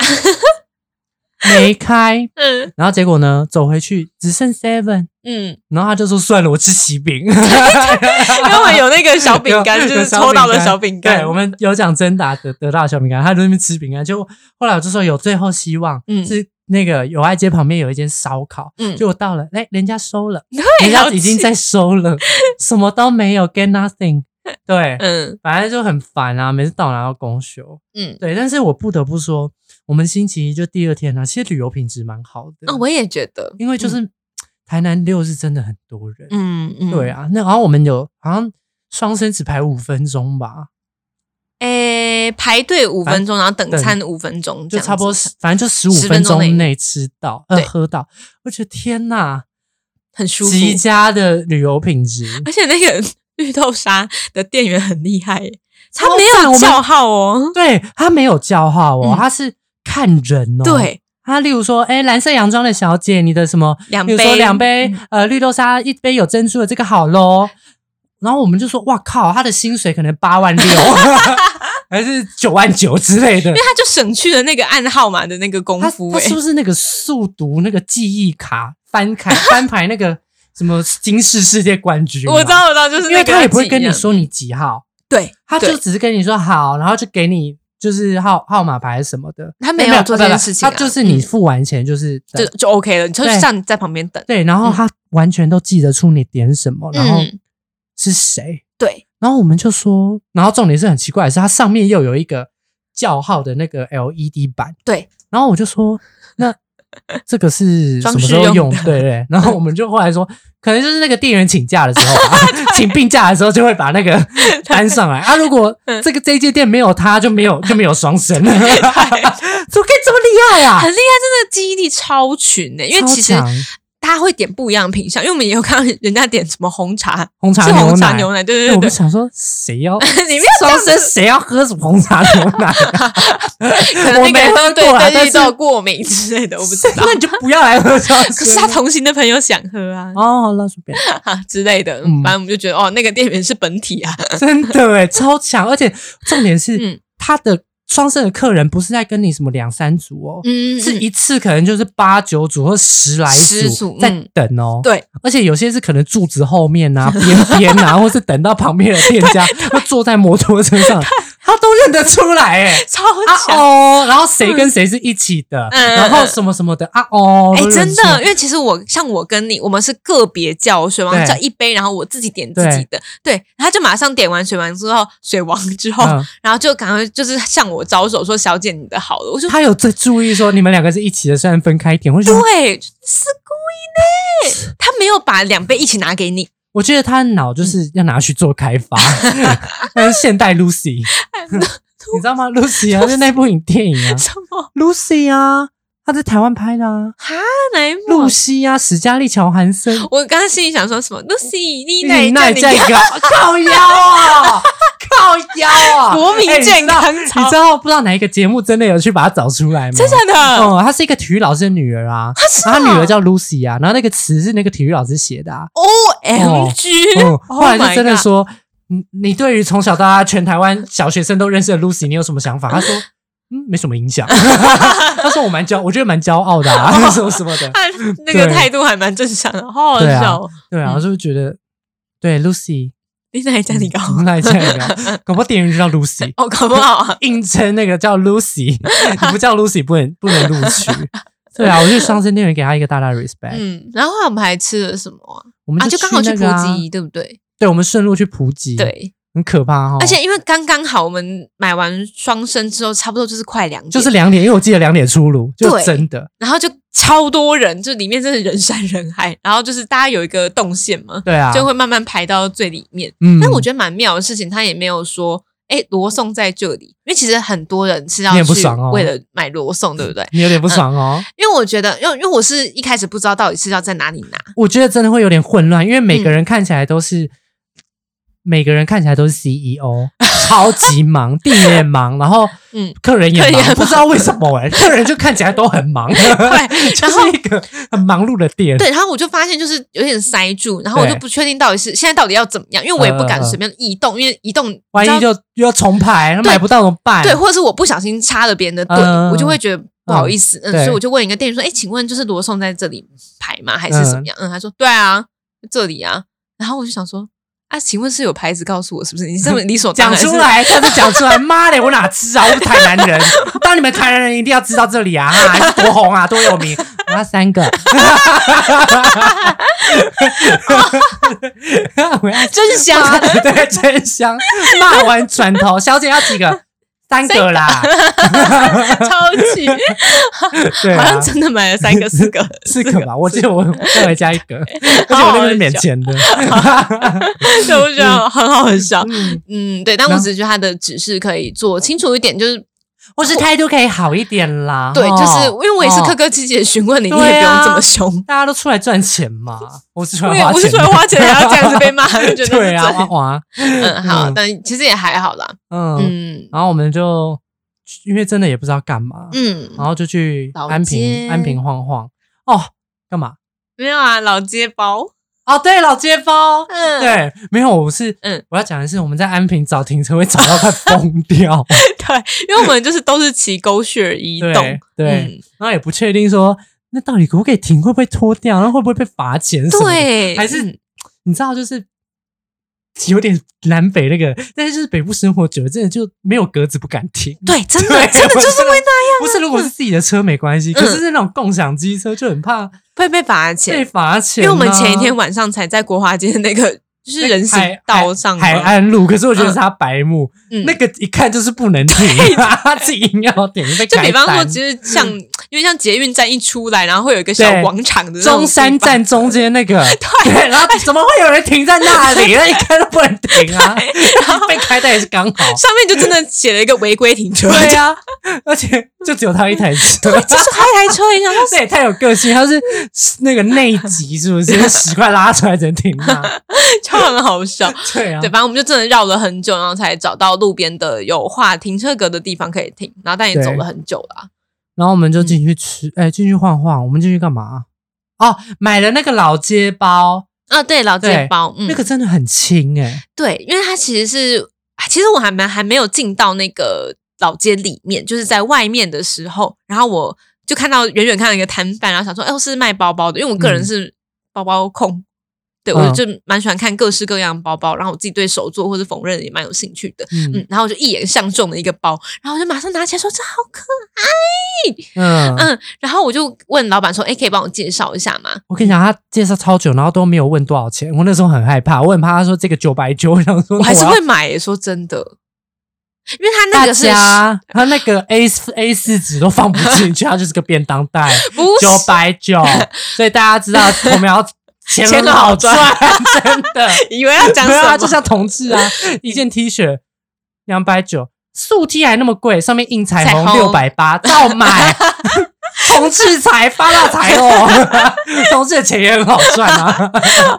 [SPEAKER 1] 没开，
[SPEAKER 2] 嗯
[SPEAKER 1] 然后结果呢走回去只剩 seven，
[SPEAKER 2] 嗯，
[SPEAKER 1] 然后他就说算了，我吃喜饼，
[SPEAKER 2] 因为我们有那个小饼干，
[SPEAKER 1] 有
[SPEAKER 2] 就
[SPEAKER 1] 有
[SPEAKER 2] 是抽到了小饼干。
[SPEAKER 1] 对，我们有奖征答得得到小饼干，他就在那边吃饼干，就后来我就说有最后希望，
[SPEAKER 2] 嗯
[SPEAKER 1] 是那个友爱街旁边有一间烧烤，
[SPEAKER 2] 嗯
[SPEAKER 1] 结果到了，哎、人家收了，
[SPEAKER 2] 对
[SPEAKER 1] 人家
[SPEAKER 2] 好
[SPEAKER 1] 已经
[SPEAKER 2] 气
[SPEAKER 1] 在收 了，什么都没有，get nothing，对，
[SPEAKER 2] 嗯
[SPEAKER 1] 反正就很烦啊，每次到哪要公休，
[SPEAKER 2] 嗯，
[SPEAKER 1] 对，但是我不得不说，我们星期一就第二天啊，其实旅游品质蛮好的，
[SPEAKER 2] 哦那我也觉得，
[SPEAKER 1] 嗯因为就是、台南六日真的很多人，
[SPEAKER 2] 嗯嗯，
[SPEAKER 1] 对啊，那然后我们有好像双生只排五分钟吧，
[SPEAKER 2] 诶，排队五分钟，然后等
[SPEAKER 1] 等
[SPEAKER 2] 餐五分钟，
[SPEAKER 1] 就
[SPEAKER 2] 这样
[SPEAKER 1] 差不多
[SPEAKER 2] 子
[SPEAKER 1] 十，反正就十五
[SPEAKER 2] 10
[SPEAKER 1] 分
[SPEAKER 2] 分钟内
[SPEAKER 1] 钟内吃到，呃，
[SPEAKER 2] 对
[SPEAKER 1] 喝到。我觉得天呐，
[SPEAKER 2] 很舒服。哎
[SPEAKER 1] 极佳的旅游品质。
[SPEAKER 2] 而且那个 绿豆沙的店员很厉害耶，他
[SPEAKER 1] 超
[SPEAKER 2] 没
[SPEAKER 1] 赞我
[SPEAKER 2] 有
[SPEAKER 1] 们
[SPEAKER 2] 叫号哦。
[SPEAKER 1] 对，他没有叫号哦，
[SPEAKER 2] 嗯
[SPEAKER 1] 他是看人哦。，
[SPEAKER 2] 对，
[SPEAKER 1] 他例如说，哎，蓝色洋装的小姐，你的什么？
[SPEAKER 2] 两
[SPEAKER 1] 比如说
[SPEAKER 2] 杯
[SPEAKER 1] 两杯
[SPEAKER 2] 嗯
[SPEAKER 1] 呃绿豆沙，一杯有珍珠的这个好喽。然后我们就说，哇靠，他的薪水可能八万六， 还是九万九之类的。
[SPEAKER 2] 他就省去了那个按号码的那个功
[SPEAKER 1] 他
[SPEAKER 2] 夫
[SPEAKER 1] 他
[SPEAKER 2] 哎
[SPEAKER 1] 是。不是那个速读那个记忆卡翻开翻牌那个什么金氏世界冠军啊？
[SPEAKER 2] 我知道，我知道，就
[SPEAKER 1] 因
[SPEAKER 2] 是
[SPEAKER 1] 为
[SPEAKER 2] 那个
[SPEAKER 1] 他也不会
[SPEAKER 2] 要记
[SPEAKER 1] 跟
[SPEAKER 2] 一
[SPEAKER 1] 你
[SPEAKER 2] 样，
[SPEAKER 1] 说你几号，
[SPEAKER 2] 对，
[SPEAKER 1] 他就
[SPEAKER 2] 对
[SPEAKER 1] 只是跟你说好，然后就给你就是号号码牌什么的。哎
[SPEAKER 2] 他没有做这件事情啊
[SPEAKER 1] 他就是你付完钱就是
[SPEAKER 2] 就
[SPEAKER 1] 对
[SPEAKER 2] 就 OK 了，你就
[SPEAKER 1] 对
[SPEAKER 2] 像你在旁边等，
[SPEAKER 1] 对，然后他完全都记得出你点什么，然后
[SPEAKER 2] 嗯
[SPEAKER 1] 是谁？
[SPEAKER 2] 对，
[SPEAKER 1] 然后我们就说，然后重点是很奇怪的是，它上面又有一个叫号的那个 LED 板，
[SPEAKER 2] 对，
[SPEAKER 1] 然后我就 说，那这个是什
[SPEAKER 2] 装
[SPEAKER 1] 么
[SPEAKER 2] 饰
[SPEAKER 1] 时候
[SPEAKER 2] 用
[SPEAKER 1] 用？
[SPEAKER 2] 的
[SPEAKER 1] 对对，然后我们就后来说，可能就是那个店员请假的时候 吧，请病假的时候就会把那个搬上来啊。如果
[SPEAKER 2] 嗯
[SPEAKER 1] 这个这一间店没有它，就没有就没有双生，怎么可以 这么厉害啊
[SPEAKER 2] 很？厉害，真的记忆力超群呢、因为其实
[SPEAKER 1] 超强
[SPEAKER 2] 大家会点不一样的品相，因为我们也有看到人家点什么红茶，
[SPEAKER 1] 红茶
[SPEAKER 2] 是红茶
[SPEAKER 1] 牛
[SPEAKER 2] 牛
[SPEAKER 1] 奶。
[SPEAKER 2] 奶，对
[SPEAKER 1] 那
[SPEAKER 2] 对
[SPEAKER 1] 我们
[SPEAKER 2] 对
[SPEAKER 1] 想说，谁 要
[SPEAKER 2] 对，里面
[SPEAKER 1] 双生谁要喝什么红茶牛奶啊？
[SPEAKER 2] 可能
[SPEAKER 1] 我
[SPEAKER 2] 那个人
[SPEAKER 1] 没喝
[SPEAKER 2] 对
[SPEAKER 1] 过啦啊
[SPEAKER 2] 对
[SPEAKER 1] 但
[SPEAKER 2] 绿
[SPEAKER 1] 是啊
[SPEAKER 2] 豆过敏之类的， 我 不知道。
[SPEAKER 1] 那你就不要来喝双生。
[SPEAKER 2] 可是他同行的朋友想喝啊，
[SPEAKER 1] 哦，好了，随便。
[SPEAKER 2] 啊之类的，
[SPEAKER 1] 嗯
[SPEAKER 2] 反正我们就觉得哦，那个店员是本体啊，
[SPEAKER 1] 真的哎，超强！而且重点是，
[SPEAKER 2] 嗯
[SPEAKER 1] 他的双生的客人不是在跟你什么两三组哦，
[SPEAKER 2] 嗯
[SPEAKER 1] 是一次可能就是八九组或十来
[SPEAKER 2] 十组
[SPEAKER 1] 在
[SPEAKER 2] 嗯
[SPEAKER 1] 等哦。
[SPEAKER 2] 对，
[SPEAKER 1] 而且有些是可能柱子后面 啊、边边啊，或是等到旁边的店家，或坐在摩托车 上，他都认得出来哎。
[SPEAKER 2] 超
[SPEAKER 1] 啊
[SPEAKER 2] 强。
[SPEAKER 1] 哦，然后谁跟谁是一起的，
[SPEAKER 2] 嗯
[SPEAKER 1] 然后什么什么的啊哦，
[SPEAKER 2] 哎、
[SPEAKER 1] 都认
[SPEAKER 2] 真
[SPEAKER 1] 出来
[SPEAKER 2] 的，因为其实我像我跟你，我们是个别叫水王，
[SPEAKER 1] 对
[SPEAKER 2] 叫一杯，然后我自己点自己的，对，然后他就马上点完水王之后，水王之后，
[SPEAKER 1] 嗯
[SPEAKER 2] 然后就赶快就是向我招手说：“小姐，你的好了。”我说
[SPEAKER 1] 他有在注意说你们两个是一起的，虽然分开一点，我就：“觉得
[SPEAKER 2] 对，是故意的。”他没有把两杯一起拿给你，
[SPEAKER 1] 我觉得他的脑就是要拿去做开 发，但是现代 Lucy，你知道吗？Lucy 啊，就那部影电影啊
[SPEAKER 2] 什么
[SPEAKER 1] ，Lucy 啊，他在台湾拍的啊，
[SPEAKER 2] 哈哪一幕
[SPEAKER 1] 露？西啊，史嘉丽·乔韩森，
[SPEAKER 2] 我刚刚心里想说什么？Lucy，你
[SPEAKER 1] 李
[SPEAKER 2] 哪
[SPEAKER 1] 奈
[SPEAKER 2] 里
[SPEAKER 1] 这 个靠腰啊，靠腰啊，
[SPEAKER 2] 国民
[SPEAKER 1] 哎
[SPEAKER 2] 健康
[SPEAKER 1] 你
[SPEAKER 2] 操
[SPEAKER 1] 知道不知道哪一个节目真的有去把它找出来吗？
[SPEAKER 2] 真的假的？
[SPEAKER 1] 哦，她是一个体育老师的女儿啊，
[SPEAKER 2] 是
[SPEAKER 1] 然后她
[SPEAKER 2] 啊
[SPEAKER 1] 女儿叫 Lucy 啊，然后那个词是那个体育老师写的啊，
[SPEAKER 2] O M G！
[SPEAKER 1] 嗯，后来
[SPEAKER 2] Oh
[SPEAKER 1] 就
[SPEAKER 2] my
[SPEAKER 1] 真的
[SPEAKER 2] God
[SPEAKER 1] 说，你你对于从小到大全台湾小学生都认识的 Lucy，你有什么 想法？他说，嗯，没什么影响。他说我蛮骄，我觉得蛮骄傲的啊， 什么什么的。
[SPEAKER 2] 他那个
[SPEAKER 1] 对
[SPEAKER 2] 态度还蛮正常的，好好
[SPEAKER 1] 对啊
[SPEAKER 2] 笑哦。
[SPEAKER 1] 对啊，我就觉得，对 Lucy，
[SPEAKER 2] 你哪里叫你高？
[SPEAKER 1] 嗯那也这样聊，搞不好店员就叫 Lucy，
[SPEAKER 2] 哦，搞不好啊，
[SPEAKER 1] 硬撑那个叫 Lucy，你不叫 Lucy 不能不能录 取。对啊，我就上身店员给他一个大大 respect。
[SPEAKER 2] 嗯，然后后来我们还吃了什么啊？
[SPEAKER 1] 哎我们
[SPEAKER 2] 啊，就刚好去
[SPEAKER 1] 那
[SPEAKER 2] 普
[SPEAKER 1] 个啊
[SPEAKER 2] 吉，，对不对？
[SPEAKER 1] 对，我们顺路去普吉，，
[SPEAKER 2] 对，
[SPEAKER 1] 很可怕哦哈。
[SPEAKER 2] 而且因为刚刚好，我们买完双生之后，差不多就是快两点，
[SPEAKER 1] 就是两点，因为我记得两点出炉，就
[SPEAKER 2] 对
[SPEAKER 1] 真的。
[SPEAKER 2] 然后就超多人，就里面真的人山人海。然后就是大家有一个动线嘛，
[SPEAKER 1] 对啊，
[SPEAKER 2] 就会慢慢排到最里面。
[SPEAKER 1] 嗯，
[SPEAKER 2] 但我觉得蛮妙的事情，他也没有说。哎，罗宋在这里，因为其实很多人是要
[SPEAKER 1] 你也不
[SPEAKER 2] 去
[SPEAKER 1] 爽哦
[SPEAKER 2] 为了买罗宋，对不对？
[SPEAKER 1] 你有点不爽哦。
[SPEAKER 2] 因为我觉得，因为因为我是一开始不知道到底是要在哪里 拿，
[SPEAKER 1] 我觉得真的会有点混乱，因为每个
[SPEAKER 2] 嗯
[SPEAKER 1] 人看起来都是，每个人看起来都是 CEO，超级 忙，店员也忙，然后
[SPEAKER 2] 嗯
[SPEAKER 1] 客人也
[SPEAKER 2] 客人也
[SPEAKER 1] 忙，
[SPEAKER 2] 忙
[SPEAKER 1] 不知道为什么 哎、客人就看起来都很忙，
[SPEAKER 2] 对
[SPEAKER 1] 就
[SPEAKER 2] 然后
[SPEAKER 1] 是一个很忙碌的店。
[SPEAKER 2] 对，然后我就发现就是有点塞住，然后我就
[SPEAKER 1] 对
[SPEAKER 2] 不确定到底是现在到底要怎么样，因为我也不
[SPEAKER 1] 嗯
[SPEAKER 2] 敢
[SPEAKER 1] 嗯
[SPEAKER 2] 随便移动，因为移动
[SPEAKER 1] 万
[SPEAKER 2] 你
[SPEAKER 1] 一
[SPEAKER 2] 知道
[SPEAKER 1] 就又要重排，
[SPEAKER 2] 对
[SPEAKER 1] 买不到怎么办？
[SPEAKER 2] 对，或者是我不小心插了别人的队，
[SPEAKER 1] 嗯
[SPEAKER 2] 我就会觉得不好意思，嗯，
[SPEAKER 1] 对
[SPEAKER 2] 所以我就问一个店员说，哎，请问就是罗宋在这里排吗，还是怎么样？嗯，他说对啊，这里啊，然后我就想说。啊，请问是有牌子告诉我是不是？你这么理所
[SPEAKER 1] 讲
[SPEAKER 2] 当然是
[SPEAKER 1] 出来，下次讲出 来，妈的，我哪知啊？我是台南人，当你们台南人一定要知道这里啊，啊是多红啊，多有名啊，三个， 我要
[SPEAKER 2] 真香啊
[SPEAKER 1] 妈的对，真香！骂完转头，小姐要几个？三个啦，
[SPEAKER 2] 超级，
[SPEAKER 1] 对
[SPEAKER 2] 好
[SPEAKER 1] 啊
[SPEAKER 2] 像，真的买了三个、 四个、
[SPEAKER 1] 四个吧，我记得我再回加一个，而且
[SPEAKER 2] 好
[SPEAKER 1] 我
[SPEAKER 2] 好
[SPEAKER 1] 那边是免
[SPEAKER 2] 笑
[SPEAKER 1] 钱的。
[SPEAKER 2] 对，我觉得很好笑。
[SPEAKER 1] 嗯，
[SPEAKER 2] 嗯，对，但我
[SPEAKER 1] 然后
[SPEAKER 2] 只是觉得他的指示可以做清楚一点，就是
[SPEAKER 1] 或是态度可以好一点啦。
[SPEAKER 2] 对，
[SPEAKER 1] 吼
[SPEAKER 2] 就是因为我也是
[SPEAKER 1] 哦
[SPEAKER 2] 客客气气的询问你，你
[SPEAKER 1] 对啊
[SPEAKER 2] 也不用这么凶。
[SPEAKER 1] 大家都出来赚钱 嘛，我是出来
[SPEAKER 2] 啊我
[SPEAKER 1] 花钱的，
[SPEAKER 2] 也不是出来花钱，还要这样子被骂， 就觉得
[SPEAKER 1] 对啊，
[SPEAKER 2] 是
[SPEAKER 1] 花
[SPEAKER 2] 真
[SPEAKER 1] 花，
[SPEAKER 2] 嗯，好，
[SPEAKER 1] 嗯
[SPEAKER 2] 但其实也还好啦。
[SPEAKER 1] 嗯，
[SPEAKER 2] 嗯
[SPEAKER 1] 然后我们就因为真的也不知道干嘛，
[SPEAKER 2] 嗯，
[SPEAKER 1] 然后就去
[SPEAKER 2] 老
[SPEAKER 1] 安
[SPEAKER 2] 街
[SPEAKER 1] 平安平晃晃，哦，干嘛？
[SPEAKER 2] 没有啊，老街包。
[SPEAKER 1] 哦，对，老街坊，
[SPEAKER 2] 嗯，，
[SPEAKER 1] 对，没有，我是，嗯
[SPEAKER 2] 嗯，
[SPEAKER 1] 我要讲的是，我们在安平找停车位找到快疯 掉，
[SPEAKER 2] 因为我们就是都是骑狗血移
[SPEAKER 1] 对
[SPEAKER 2] 动。
[SPEAKER 1] 对，
[SPEAKER 2] 嗯，
[SPEAKER 1] 然后也不确定说那到底可不可以停，会不会拖掉，然后会不会被罚钱什么的，
[SPEAKER 2] 对，
[SPEAKER 1] 还是
[SPEAKER 2] 嗯
[SPEAKER 1] 你知道，就是有点南北那个，但是就是北部生活久了，真的就没有格子不敢停。
[SPEAKER 2] 对，真
[SPEAKER 1] 对
[SPEAKER 2] 的真的就是会啊
[SPEAKER 1] 那样、不是，如果是自己的车没关系，
[SPEAKER 2] 嗯
[SPEAKER 1] 可是是那种共享机车就很怕
[SPEAKER 2] 会被罚
[SPEAKER 1] 被
[SPEAKER 2] 钱。
[SPEAKER 1] 罚钱、啊
[SPEAKER 2] 因为我们前一天，晚上才在国华街的那个就是人行道上
[SPEAKER 1] 海
[SPEAKER 2] 吗
[SPEAKER 1] 岸路，可是我觉得是他白目，
[SPEAKER 2] 嗯
[SPEAKER 1] 那个一看就是不能停，啊他自己硬要停。被
[SPEAKER 2] 就比
[SPEAKER 1] 改
[SPEAKER 2] 方说，
[SPEAKER 1] 单
[SPEAKER 2] 其实像因为像捷运站一出来，然后会有一个小
[SPEAKER 1] 嗯对
[SPEAKER 2] 广场的那种
[SPEAKER 1] 中山
[SPEAKER 2] 地方，
[SPEAKER 1] 站中间那个，对，然后怎么会有人停在那里？那一看都不能停啊！被开单也是刚好，
[SPEAKER 2] 上面就真的写了一个违规停车，
[SPEAKER 1] 对啊呀、
[SPEAKER 2] 啊
[SPEAKER 1] 而且就只有他一台车，
[SPEAKER 2] 就是开台车一样，
[SPEAKER 1] 这也太有个性，他是那个内急是不 是？十块拉出来只能停那，
[SPEAKER 2] 就很好笑。
[SPEAKER 1] 对啊
[SPEAKER 2] 对，，反正我们就真的绕了很久，然后才找到路边的有画停车格的地方可以停，然后但也
[SPEAKER 1] 对
[SPEAKER 2] 走了很久啦。
[SPEAKER 1] 然后我们就进去吃，哎、进去晃晃，我们进去干嘛？哦，买了那个老街包，
[SPEAKER 2] 啊，对，老街
[SPEAKER 1] 对
[SPEAKER 2] 包，嗯，
[SPEAKER 1] 那个真的很轻哎、
[SPEAKER 2] 对，因为它其实是，啊其实我还蛮还没有进到那个老街里面，就是在外面的时候，然后我就看到远远看到一个摊贩，然后想说，哎、是卖包包的，因为我个人
[SPEAKER 1] 嗯
[SPEAKER 2] 是包包控，对
[SPEAKER 1] 嗯
[SPEAKER 2] 我就蛮喜欢看各式各样的包包，然后我自己对手作或者缝纫也蛮有兴趣的，嗯
[SPEAKER 1] 嗯，
[SPEAKER 2] 然后我就一眼相中了一个包，然后我就马上拿起来说，这好可
[SPEAKER 1] 嗯
[SPEAKER 2] 爱，嗯，然后我就问老板说，哎，可以帮我介绍一下吗？
[SPEAKER 1] 我跟你讲，他介绍超久，然后都没有问多少钱，我那时候很害怕，我很怕他说这个九百九，我想说
[SPEAKER 2] 我还是
[SPEAKER 1] 要
[SPEAKER 2] 会买耶，说真的，因为他那
[SPEAKER 1] 大
[SPEAKER 2] 个是
[SPEAKER 1] 家，他那个 A A 四纸都放不进 去，它就是个便当袋，
[SPEAKER 2] 不是
[SPEAKER 1] 九百九，所以大家知道我们要钱
[SPEAKER 2] 钱
[SPEAKER 1] 很
[SPEAKER 2] 很好
[SPEAKER 1] 好
[SPEAKER 2] 赚
[SPEAKER 1] 赚， 真的。
[SPEAKER 2] 以为要讲
[SPEAKER 1] 对
[SPEAKER 2] 什么？
[SPEAKER 1] 啊，就像同志 啊，一件 T 恤两百九，素 T 还那么贵，上面印彩
[SPEAKER 2] 彩
[SPEAKER 1] 虹
[SPEAKER 2] 虹
[SPEAKER 1] 六百八，照 买。同志财发大财 哦，同志的钱也很好赚啊。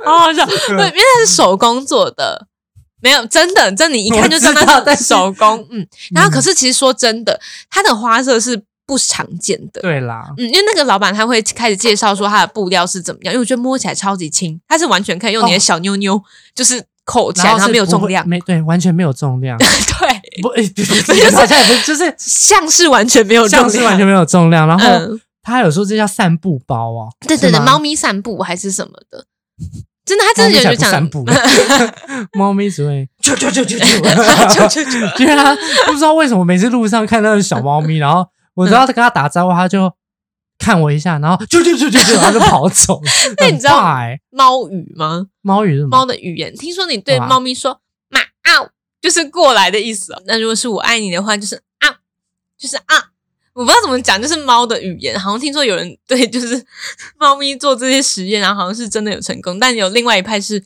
[SPEAKER 2] 好好 笑，对，因为哦它是手工做的，没有真的，真的你一看就知
[SPEAKER 1] 我知道
[SPEAKER 2] 道它
[SPEAKER 1] 但
[SPEAKER 2] 是
[SPEAKER 1] 是
[SPEAKER 2] 手工，嗯。然后可
[SPEAKER 1] 是
[SPEAKER 2] 是其实说真的，它的花色是不常见的。
[SPEAKER 1] 对啦，
[SPEAKER 2] 嗯，因为那个老板他会开始介绍说它的布料是怎么样，因为我觉得摸起来超级轻，它是完全可以用你的
[SPEAKER 1] 哦
[SPEAKER 2] 小妞妞，就是扣 起来，然后
[SPEAKER 1] 是
[SPEAKER 2] 没有
[SPEAKER 1] 不
[SPEAKER 2] 重
[SPEAKER 1] 会嗯
[SPEAKER 2] 量，，
[SPEAKER 1] 没对，完全没有重量
[SPEAKER 2] 对，
[SPEAKER 1] 不， 哎好像也不是，就是
[SPEAKER 2] 像是完全没有重
[SPEAKER 1] 像
[SPEAKER 2] 量，
[SPEAKER 1] 是完全没有重量。然后
[SPEAKER 2] 嗯，
[SPEAKER 1] 他有说这叫散步包哦，
[SPEAKER 2] 对对
[SPEAKER 1] 是
[SPEAKER 2] 对，
[SPEAKER 1] 吗
[SPEAKER 2] 猫咪散步还是什么的，真的，他真的有
[SPEAKER 1] 猫咪才
[SPEAKER 2] 就
[SPEAKER 1] 不
[SPEAKER 2] 讲
[SPEAKER 1] 散步， 猫咪只会啾啾啾啾
[SPEAKER 2] 就
[SPEAKER 1] 啾，
[SPEAKER 2] 就就
[SPEAKER 1] 因为他不知道为什么每次路上看到小猫咪，然后我只要跟他打招呼，他就看我一下，然后啾啾啾啾啾， 然后就跑走。
[SPEAKER 2] 那你知道
[SPEAKER 1] 很怕欸
[SPEAKER 2] 猫语吗？
[SPEAKER 1] 猫语是什么
[SPEAKER 2] 猫？的语言。听说你对
[SPEAKER 1] 嗯哇
[SPEAKER 2] 猫咪说“马啊”，就是过来的意思、哦。那如果是我爱你的话，就是啊，就是啊。我不知道怎么讲，就是猫的语言。好像听说有人对，就是猫咪做这些实验，然后好像是真的有成功。但有另外一派是，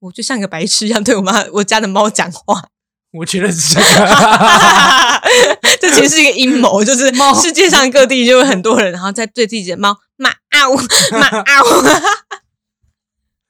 [SPEAKER 2] 我就像个白痴一样对我妈我家的猫讲话，
[SPEAKER 1] 我觉得是这个
[SPEAKER 2] 这其实是一个阴 谋，就是
[SPEAKER 1] 猫
[SPEAKER 2] 世界上各地就有很多人，然后在对自己的猫马啊呜马啊 呜，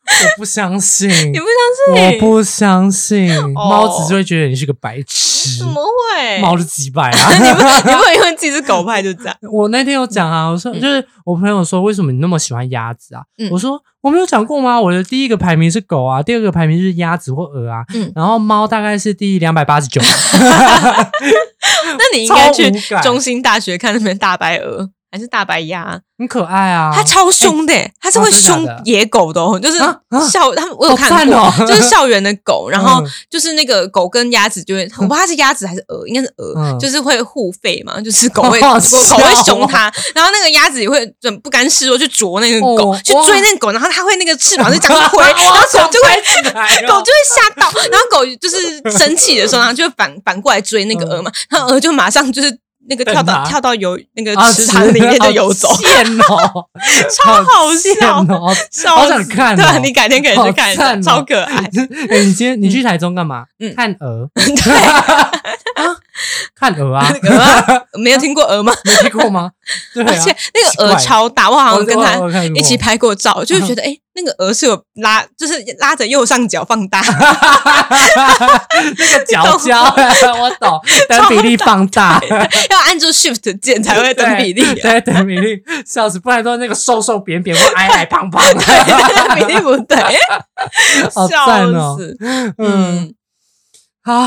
[SPEAKER 1] 我不相信，
[SPEAKER 2] 你不相信？
[SPEAKER 1] 我不相 信，猫子就会觉得你是个白痴
[SPEAKER 2] 怎。么会？
[SPEAKER 1] 猫是几百
[SPEAKER 2] 你不
[SPEAKER 1] 啊！
[SPEAKER 2] 你不能因为自己是狗派就这样。
[SPEAKER 1] 我那天有讲啊，我说
[SPEAKER 2] 嗯
[SPEAKER 1] 就是我朋友说为什么你那么喜欢鸭子啊？
[SPEAKER 2] 嗯
[SPEAKER 1] 我说我没有讲过吗？我的第一个排名是狗啊，第二个排名是鸭子或鹅啊，
[SPEAKER 2] 嗯
[SPEAKER 1] 然后猫大概是第两百八十九。
[SPEAKER 2] 那你应该去
[SPEAKER 1] 超无感
[SPEAKER 2] 中心大学看那边大白鹅还是大白鸭，
[SPEAKER 1] 很可爱啊，
[SPEAKER 2] 它超凶的欸，它是会
[SPEAKER 1] 哦真的假
[SPEAKER 2] 凶
[SPEAKER 1] 的
[SPEAKER 2] 野狗的哦，就是
[SPEAKER 1] 啊啊
[SPEAKER 2] 校他们我有
[SPEAKER 1] 好
[SPEAKER 2] 看过，
[SPEAKER 1] 赞哦
[SPEAKER 2] 就是校园的狗，然后
[SPEAKER 1] 嗯
[SPEAKER 2] 就是那个狗跟鸭子就会，我不知道它是鸭子还是鹅，应该是鹅，
[SPEAKER 1] 嗯
[SPEAKER 2] 就是会互吠 嘛，就是狗会
[SPEAKER 1] 好好
[SPEAKER 2] 狗狗会
[SPEAKER 1] 笑哦
[SPEAKER 2] 凶它，然后那个鸭子也会准不甘示弱去啄那个狗
[SPEAKER 1] 哦，
[SPEAKER 2] 去追那个狗，然后它会那个翅膀就这样挥，
[SPEAKER 1] 哇
[SPEAKER 2] 哎然后狗就会
[SPEAKER 1] 想拍起来 哦
[SPEAKER 2] 狗就会吓到，然后狗就是生气的时候，然后就会反反过来追那个鹅嘛，然后鹅就马上就是那个跳到
[SPEAKER 1] 嗯瞪它
[SPEAKER 2] 跳到游那个
[SPEAKER 1] 啊
[SPEAKER 2] 池塘里面就游走，
[SPEAKER 1] 好贱哦，
[SPEAKER 2] 超好笑
[SPEAKER 1] 贱哦！
[SPEAKER 2] 笑
[SPEAKER 1] 好
[SPEAKER 2] 死
[SPEAKER 1] 想看哦
[SPEAKER 2] 对啊，你改天可以去看一
[SPEAKER 1] 好
[SPEAKER 2] 下，
[SPEAKER 1] 赞哦
[SPEAKER 2] 超 可爱。
[SPEAKER 1] 哎，你今天你去台中干嘛
[SPEAKER 2] 嗯？
[SPEAKER 1] 看鹅， 啊
[SPEAKER 2] 对，
[SPEAKER 1] 看鹅 啊？
[SPEAKER 2] 鹅没有听过鹅吗？
[SPEAKER 1] 没听过吗？对啊，
[SPEAKER 2] 而且那个鹅
[SPEAKER 1] 奇怪
[SPEAKER 2] 超大，我好
[SPEAKER 1] 我
[SPEAKER 2] 像跟它
[SPEAKER 1] 我我哦看过
[SPEAKER 2] 一起拍过照，就
[SPEAKER 1] 嗯
[SPEAKER 2] 会觉得哎，那个鹅是有拉，就是拉着右上角放 大，
[SPEAKER 1] 那个脚胶， 我懂，等比例放大。
[SPEAKER 2] 要按住 Shift 键才会等比例啊。
[SPEAKER 1] 对，对等比例，笑死！不然都那个瘦瘦扁扁或矮矮胖 胖。
[SPEAKER 2] 那比例不对， 哎
[SPEAKER 1] 好赞
[SPEAKER 2] 笑
[SPEAKER 1] 哦
[SPEAKER 2] 死。
[SPEAKER 1] 嗯，哎
[SPEAKER 2] 嗯，
[SPEAKER 1] 好，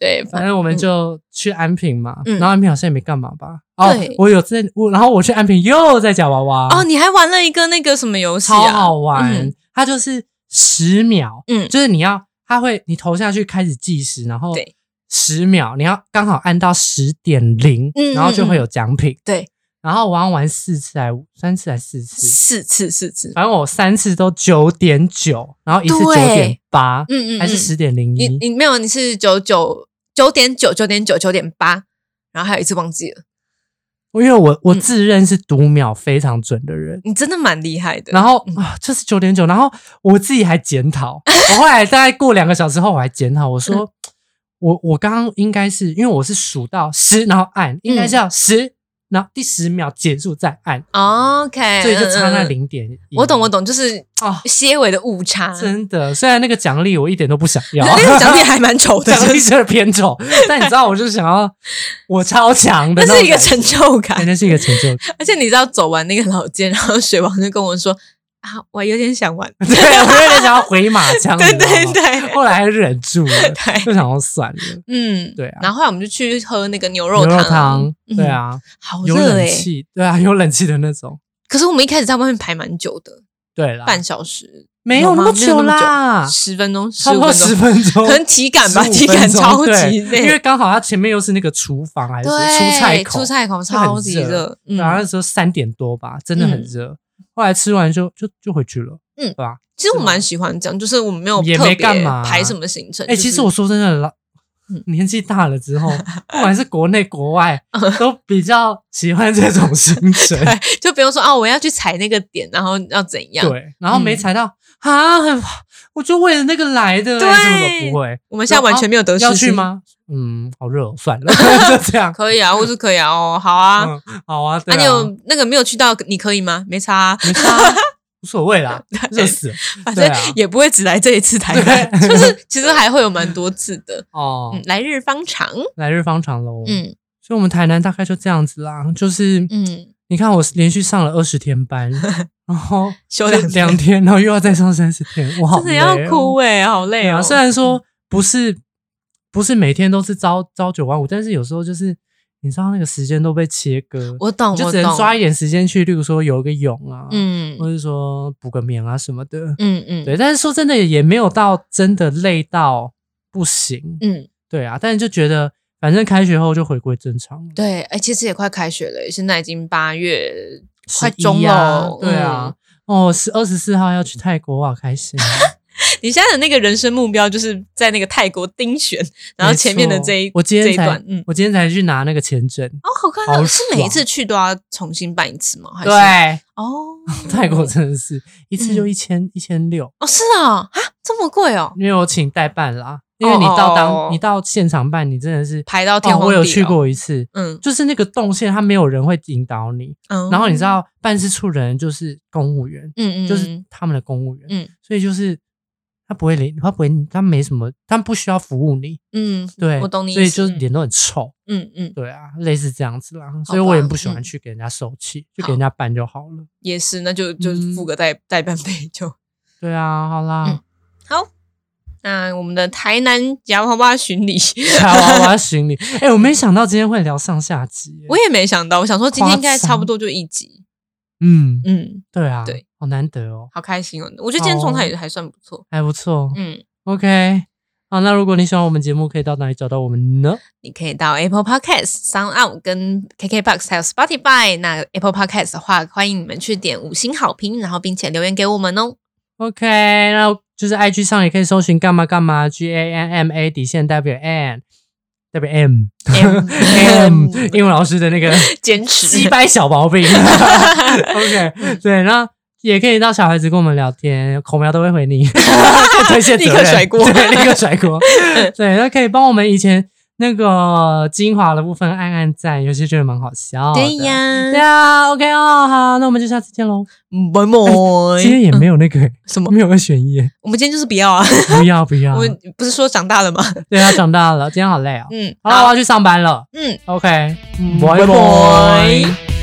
[SPEAKER 2] 对，
[SPEAKER 1] 反正我们就去安平嘛，
[SPEAKER 2] 嗯
[SPEAKER 1] 然后安平好像也没干嘛吧？哦
[SPEAKER 2] 对，
[SPEAKER 1] 我有在，我然后我去安平又在夹娃娃，
[SPEAKER 2] 哦，，你还玩了一个那个什么游戏
[SPEAKER 1] 超
[SPEAKER 2] 啊？
[SPEAKER 1] 好玩。
[SPEAKER 2] 嗯
[SPEAKER 1] 它就是十秒，
[SPEAKER 2] 嗯
[SPEAKER 1] 就是你要，它会你投下去开始计时，然后
[SPEAKER 2] 对
[SPEAKER 1] 十秒，你要刚好按到十点零
[SPEAKER 2] 嗯，
[SPEAKER 1] 然后就会有奖品。
[SPEAKER 2] 对，
[SPEAKER 1] 然后我好像玩四次还三次还四次，
[SPEAKER 2] 四次四次，
[SPEAKER 1] 反正我三次都九点九，然后一次九点
[SPEAKER 2] 对
[SPEAKER 1] 八，
[SPEAKER 2] 嗯嗯嗯
[SPEAKER 1] 还是十点零
[SPEAKER 2] 你
[SPEAKER 1] 一，
[SPEAKER 2] 你没有，你是九九九点九九点九九点八，然后还有一次忘记了，
[SPEAKER 1] 因为我我
[SPEAKER 2] 嗯
[SPEAKER 1] 自认是读秒非常准的人。
[SPEAKER 2] 你真的蛮厉害的。
[SPEAKER 1] 然后啊，就是九点九，然后我自己还检 讨，我后来大概过两个小时后，我还检讨，我
[SPEAKER 2] 嗯
[SPEAKER 1] 说我我刚刚应该是因为我是数到十，然后按，应该
[SPEAKER 2] 嗯
[SPEAKER 1] 是要十，然后第十秒结束再按，
[SPEAKER 2] 哦 OK，
[SPEAKER 1] 所以就差那
[SPEAKER 2] 嗯。嗯嗯
[SPEAKER 1] 零点。
[SPEAKER 2] 我懂，我懂，就是
[SPEAKER 1] 啊，
[SPEAKER 2] 些微的误差。
[SPEAKER 1] 真的，虽然那个奖励我一点都不想要，
[SPEAKER 2] 那个奖励还蛮 丑的，
[SPEAKER 1] 奖
[SPEAKER 2] 就
[SPEAKER 1] 励
[SPEAKER 2] 是
[SPEAKER 1] 真的偏丑，但你知道，我就是想要我超强的
[SPEAKER 2] 那
[SPEAKER 1] 种感觉，
[SPEAKER 2] 是一个成就
[SPEAKER 1] 对，
[SPEAKER 2] 感。
[SPEAKER 1] 那是一个成就感。
[SPEAKER 2] 而且你知道，走完那个老街，然后水王就跟我说：“啊，我有点想玩。
[SPEAKER 1] 对，我有点想哦要回马枪，
[SPEAKER 2] 对
[SPEAKER 1] 你知道吗
[SPEAKER 2] 对对
[SPEAKER 1] 后来还忍住了
[SPEAKER 2] 对，
[SPEAKER 1] 就想要算了”。
[SPEAKER 2] 嗯，
[SPEAKER 1] 对啊
[SPEAKER 2] 然后后来我们就去喝那个牛肉
[SPEAKER 1] 牛
[SPEAKER 2] 汤，
[SPEAKER 1] 肉汤，对
[SPEAKER 2] 嗯，
[SPEAKER 1] 啊，
[SPEAKER 2] 好
[SPEAKER 1] 有
[SPEAKER 2] 热
[SPEAKER 1] 冷
[SPEAKER 2] 哎、
[SPEAKER 1] 气，对啊，有冷气的那种。
[SPEAKER 2] 可是我们一开始在外面排蛮久的，
[SPEAKER 1] 对啦，
[SPEAKER 2] 半小时，
[SPEAKER 1] 啊没有那么
[SPEAKER 2] 吗没有
[SPEAKER 1] 久
[SPEAKER 2] 那么久
[SPEAKER 1] 啦，
[SPEAKER 2] 十分钟，十
[SPEAKER 1] 差不
[SPEAKER 2] 五
[SPEAKER 1] 多
[SPEAKER 2] 分
[SPEAKER 1] 十
[SPEAKER 2] 钟，
[SPEAKER 1] 分钟，
[SPEAKER 2] 可能体感吧，
[SPEAKER 1] 15
[SPEAKER 2] 体感
[SPEAKER 1] 分钟
[SPEAKER 2] 超
[SPEAKER 1] 对
[SPEAKER 2] 级累，
[SPEAKER 1] 因为刚好它前面又是那个厨房还是
[SPEAKER 2] 对
[SPEAKER 1] 出菜口，
[SPEAKER 2] 出菜口
[SPEAKER 1] 就很
[SPEAKER 2] 超级
[SPEAKER 1] 热
[SPEAKER 2] 热，嗯
[SPEAKER 1] 然后那时候三点多吧，真的很
[SPEAKER 2] 嗯
[SPEAKER 1] 热。后来吃完就就就回去了，
[SPEAKER 2] 嗯
[SPEAKER 1] 对吧？
[SPEAKER 2] 其实我蛮喜欢这样，就是我们没有
[SPEAKER 1] 也
[SPEAKER 2] 特
[SPEAKER 1] 没
[SPEAKER 2] 别
[SPEAKER 1] 干嘛
[SPEAKER 2] 排什么行程。
[SPEAKER 1] 哎、
[SPEAKER 2] 就是
[SPEAKER 1] 其实我说真的，老
[SPEAKER 2] 嗯
[SPEAKER 1] 年纪大了 之后，不管是国内国外，都比较喜欢这种行程。
[SPEAKER 2] 嗯 对，就不用说啊，我要去踩那个点，然后要怎样？，
[SPEAKER 1] 对，然后没
[SPEAKER 2] 嗯
[SPEAKER 1] 踩到、啊，很我就为了那个来的、欸，
[SPEAKER 2] 对
[SPEAKER 1] 什么都不会。
[SPEAKER 2] 我们现在完全没有得失
[SPEAKER 1] 要
[SPEAKER 2] 心
[SPEAKER 1] 去？吗？嗯，好热、哦，算 了，就这样。
[SPEAKER 2] 可以啊，我是可以啊，哦，好啊。
[SPEAKER 1] 嗯，好啊，对啊，
[SPEAKER 2] 那你有那个没有去到，你可以吗？没差 啊，
[SPEAKER 1] 没差啊无所谓 啦，热死了
[SPEAKER 2] 反
[SPEAKER 1] 对
[SPEAKER 2] 正
[SPEAKER 1] 啊
[SPEAKER 2] 也不会只来这一次台湾，
[SPEAKER 1] 对
[SPEAKER 2] 就是其实还会有蛮多次 的。
[SPEAKER 1] 哦
[SPEAKER 2] 嗯，，来日方长。
[SPEAKER 1] 来日方长喽。
[SPEAKER 2] 嗯
[SPEAKER 1] 所以我们台南大概就这样子啦，就是
[SPEAKER 2] 嗯，
[SPEAKER 1] 你看我连续上了二十天 班，然后
[SPEAKER 2] 休两天
[SPEAKER 1] 两天，然后又要再上三十天，我好、哦
[SPEAKER 2] 真的要哭。哎，好累
[SPEAKER 1] 对啊，
[SPEAKER 2] 哦。
[SPEAKER 1] 虽然说不是不是每天都是朝朝九晚五，但是有时候就是你知道那个时间都被切割，
[SPEAKER 2] 我懂，
[SPEAKER 1] 你就
[SPEAKER 2] 我
[SPEAKER 1] 只能
[SPEAKER 2] 懂。
[SPEAKER 1] 抓一点时间去，例如说游个泳啊，
[SPEAKER 2] 嗯
[SPEAKER 1] 或者说补个眠啊什么的。
[SPEAKER 2] 嗯嗯
[SPEAKER 1] 对，但是说真的也没有到真的累到不行，
[SPEAKER 2] 嗯，
[SPEAKER 1] 对啊，但是就觉得反正开学后就回归正常了。
[SPEAKER 2] 对，哎，其实也快开学了，现在已经八月快
[SPEAKER 1] 11
[SPEAKER 2] 中
[SPEAKER 1] 啊
[SPEAKER 2] 喽。
[SPEAKER 1] 对
[SPEAKER 2] 嗯
[SPEAKER 1] 啊，哦，是二十四号要去泰国，我好开心啊。
[SPEAKER 2] 你现在的那个人生目标就是在那个泰国丁选， 然后前面的这
[SPEAKER 1] 没
[SPEAKER 2] 一
[SPEAKER 1] 错我今
[SPEAKER 2] 这
[SPEAKER 1] 天
[SPEAKER 2] 一
[SPEAKER 1] 才
[SPEAKER 2] 段，，嗯，
[SPEAKER 1] 我今天才去拿那个签证。
[SPEAKER 2] 哦，好看
[SPEAKER 1] 好
[SPEAKER 2] 哦！是每一
[SPEAKER 1] 爽
[SPEAKER 2] 次去都要重新办一次吗？还是，
[SPEAKER 1] 对，，
[SPEAKER 2] 哦
[SPEAKER 1] 泰国真的是一次
[SPEAKER 2] 嗯
[SPEAKER 1] 就一千一千六，
[SPEAKER 2] 哦，是啊，啊，这么贵哦，
[SPEAKER 1] 因为我请代办啦，因为你到当你到现场办，你真的是
[SPEAKER 2] 排到天
[SPEAKER 1] 哦，
[SPEAKER 2] 荒地
[SPEAKER 1] 我
[SPEAKER 2] 老。
[SPEAKER 1] 有去，过一次。
[SPEAKER 2] 嗯
[SPEAKER 1] 就是那个动线，他没有人会引导你。
[SPEAKER 2] 嗯，
[SPEAKER 1] 然后你知，道，办事处的人就是公务员，
[SPEAKER 2] 嗯嗯，
[SPEAKER 1] 就是他们的公务员，
[SPEAKER 2] 嗯
[SPEAKER 1] 所以就是他不会理，他不会，他没什么，他不需要服务你，
[SPEAKER 2] 嗯，
[SPEAKER 1] 对，
[SPEAKER 2] 我懂你意思，
[SPEAKER 1] 所以就是脸都很臭，
[SPEAKER 2] 嗯，嗯嗯，
[SPEAKER 1] 对啊，类似这样子啦，所以我也不喜
[SPEAKER 2] 嗯
[SPEAKER 1] 欢去给人家受气，就给人家办就好了，
[SPEAKER 2] 也是，那就就
[SPEAKER 1] 嗯
[SPEAKER 2] 付个代代办费就
[SPEAKER 1] 对啊，好啦，
[SPEAKER 2] 嗯好。那我们的台南夹娃娃巡礼，
[SPEAKER 1] 夹娃娃行李，啊哎，我没想到今天会聊上下集，嗯
[SPEAKER 2] 我也没想到，我想说今天应该
[SPEAKER 1] 夸张
[SPEAKER 2] 差不多就一集，
[SPEAKER 1] 嗯，
[SPEAKER 2] 嗯，
[SPEAKER 1] 对啊，
[SPEAKER 2] 对，
[SPEAKER 1] 好难得哦，
[SPEAKER 2] 好开心哦！我觉得今天状态也还算不错，
[SPEAKER 1] 还不错
[SPEAKER 2] 嗯。
[SPEAKER 1] ，OK，好，那如果你喜欢我们节目，可以到哪里找到我们呢？
[SPEAKER 2] 你可以到 Apple Podcast、Sound Out 跟 KKBox 还有 Spotify。那 Apple Podcast 的话，欢迎你们去点五星好评，然后并且留言给我们哦。
[SPEAKER 1] OK，那就是 IG 上也可以搜寻干嘛干嘛 G A N M A 底线 W N W M
[SPEAKER 2] M-
[SPEAKER 1] M
[SPEAKER 2] 嗯
[SPEAKER 1] 英文老师的那个
[SPEAKER 2] 坚持
[SPEAKER 1] 击败小毛病。OK，对，那也可以到小孩子跟我们聊天，口苗都会回 你，推卸责任
[SPEAKER 2] 立刻甩锅
[SPEAKER 1] 对，立刻甩锅。 对，那可以帮我们以前那个精华的部分按按赞，有些觉得蛮好笑的。
[SPEAKER 2] 哦对。呀
[SPEAKER 1] 对，啊，OK 哦，好，那我们就下次见喽。
[SPEAKER 2] 拜拜。
[SPEAKER 1] 今天也没有那个、
[SPEAKER 2] 什么？
[SPEAKER 1] 没有二选一耶，
[SPEAKER 2] 我们今天就是不要啊！
[SPEAKER 1] 不要不要
[SPEAKER 2] 我，们不是说长大了吗？
[SPEAKER 1] 对他长大了，今天好累哦。
[SPEAKER 2] 嗯，
[SPEAKER 1] 好了，我
[SPEAKER 2] 好，
[SPEAKER 1] 要去上班了。
[SPEAKER 2] 嗯，
[SPEAKER 1] OK，
[SPEAKER 2] 嗯
[SPEAKER 1] 拜拜
[SPEAKER 2] 拜拜。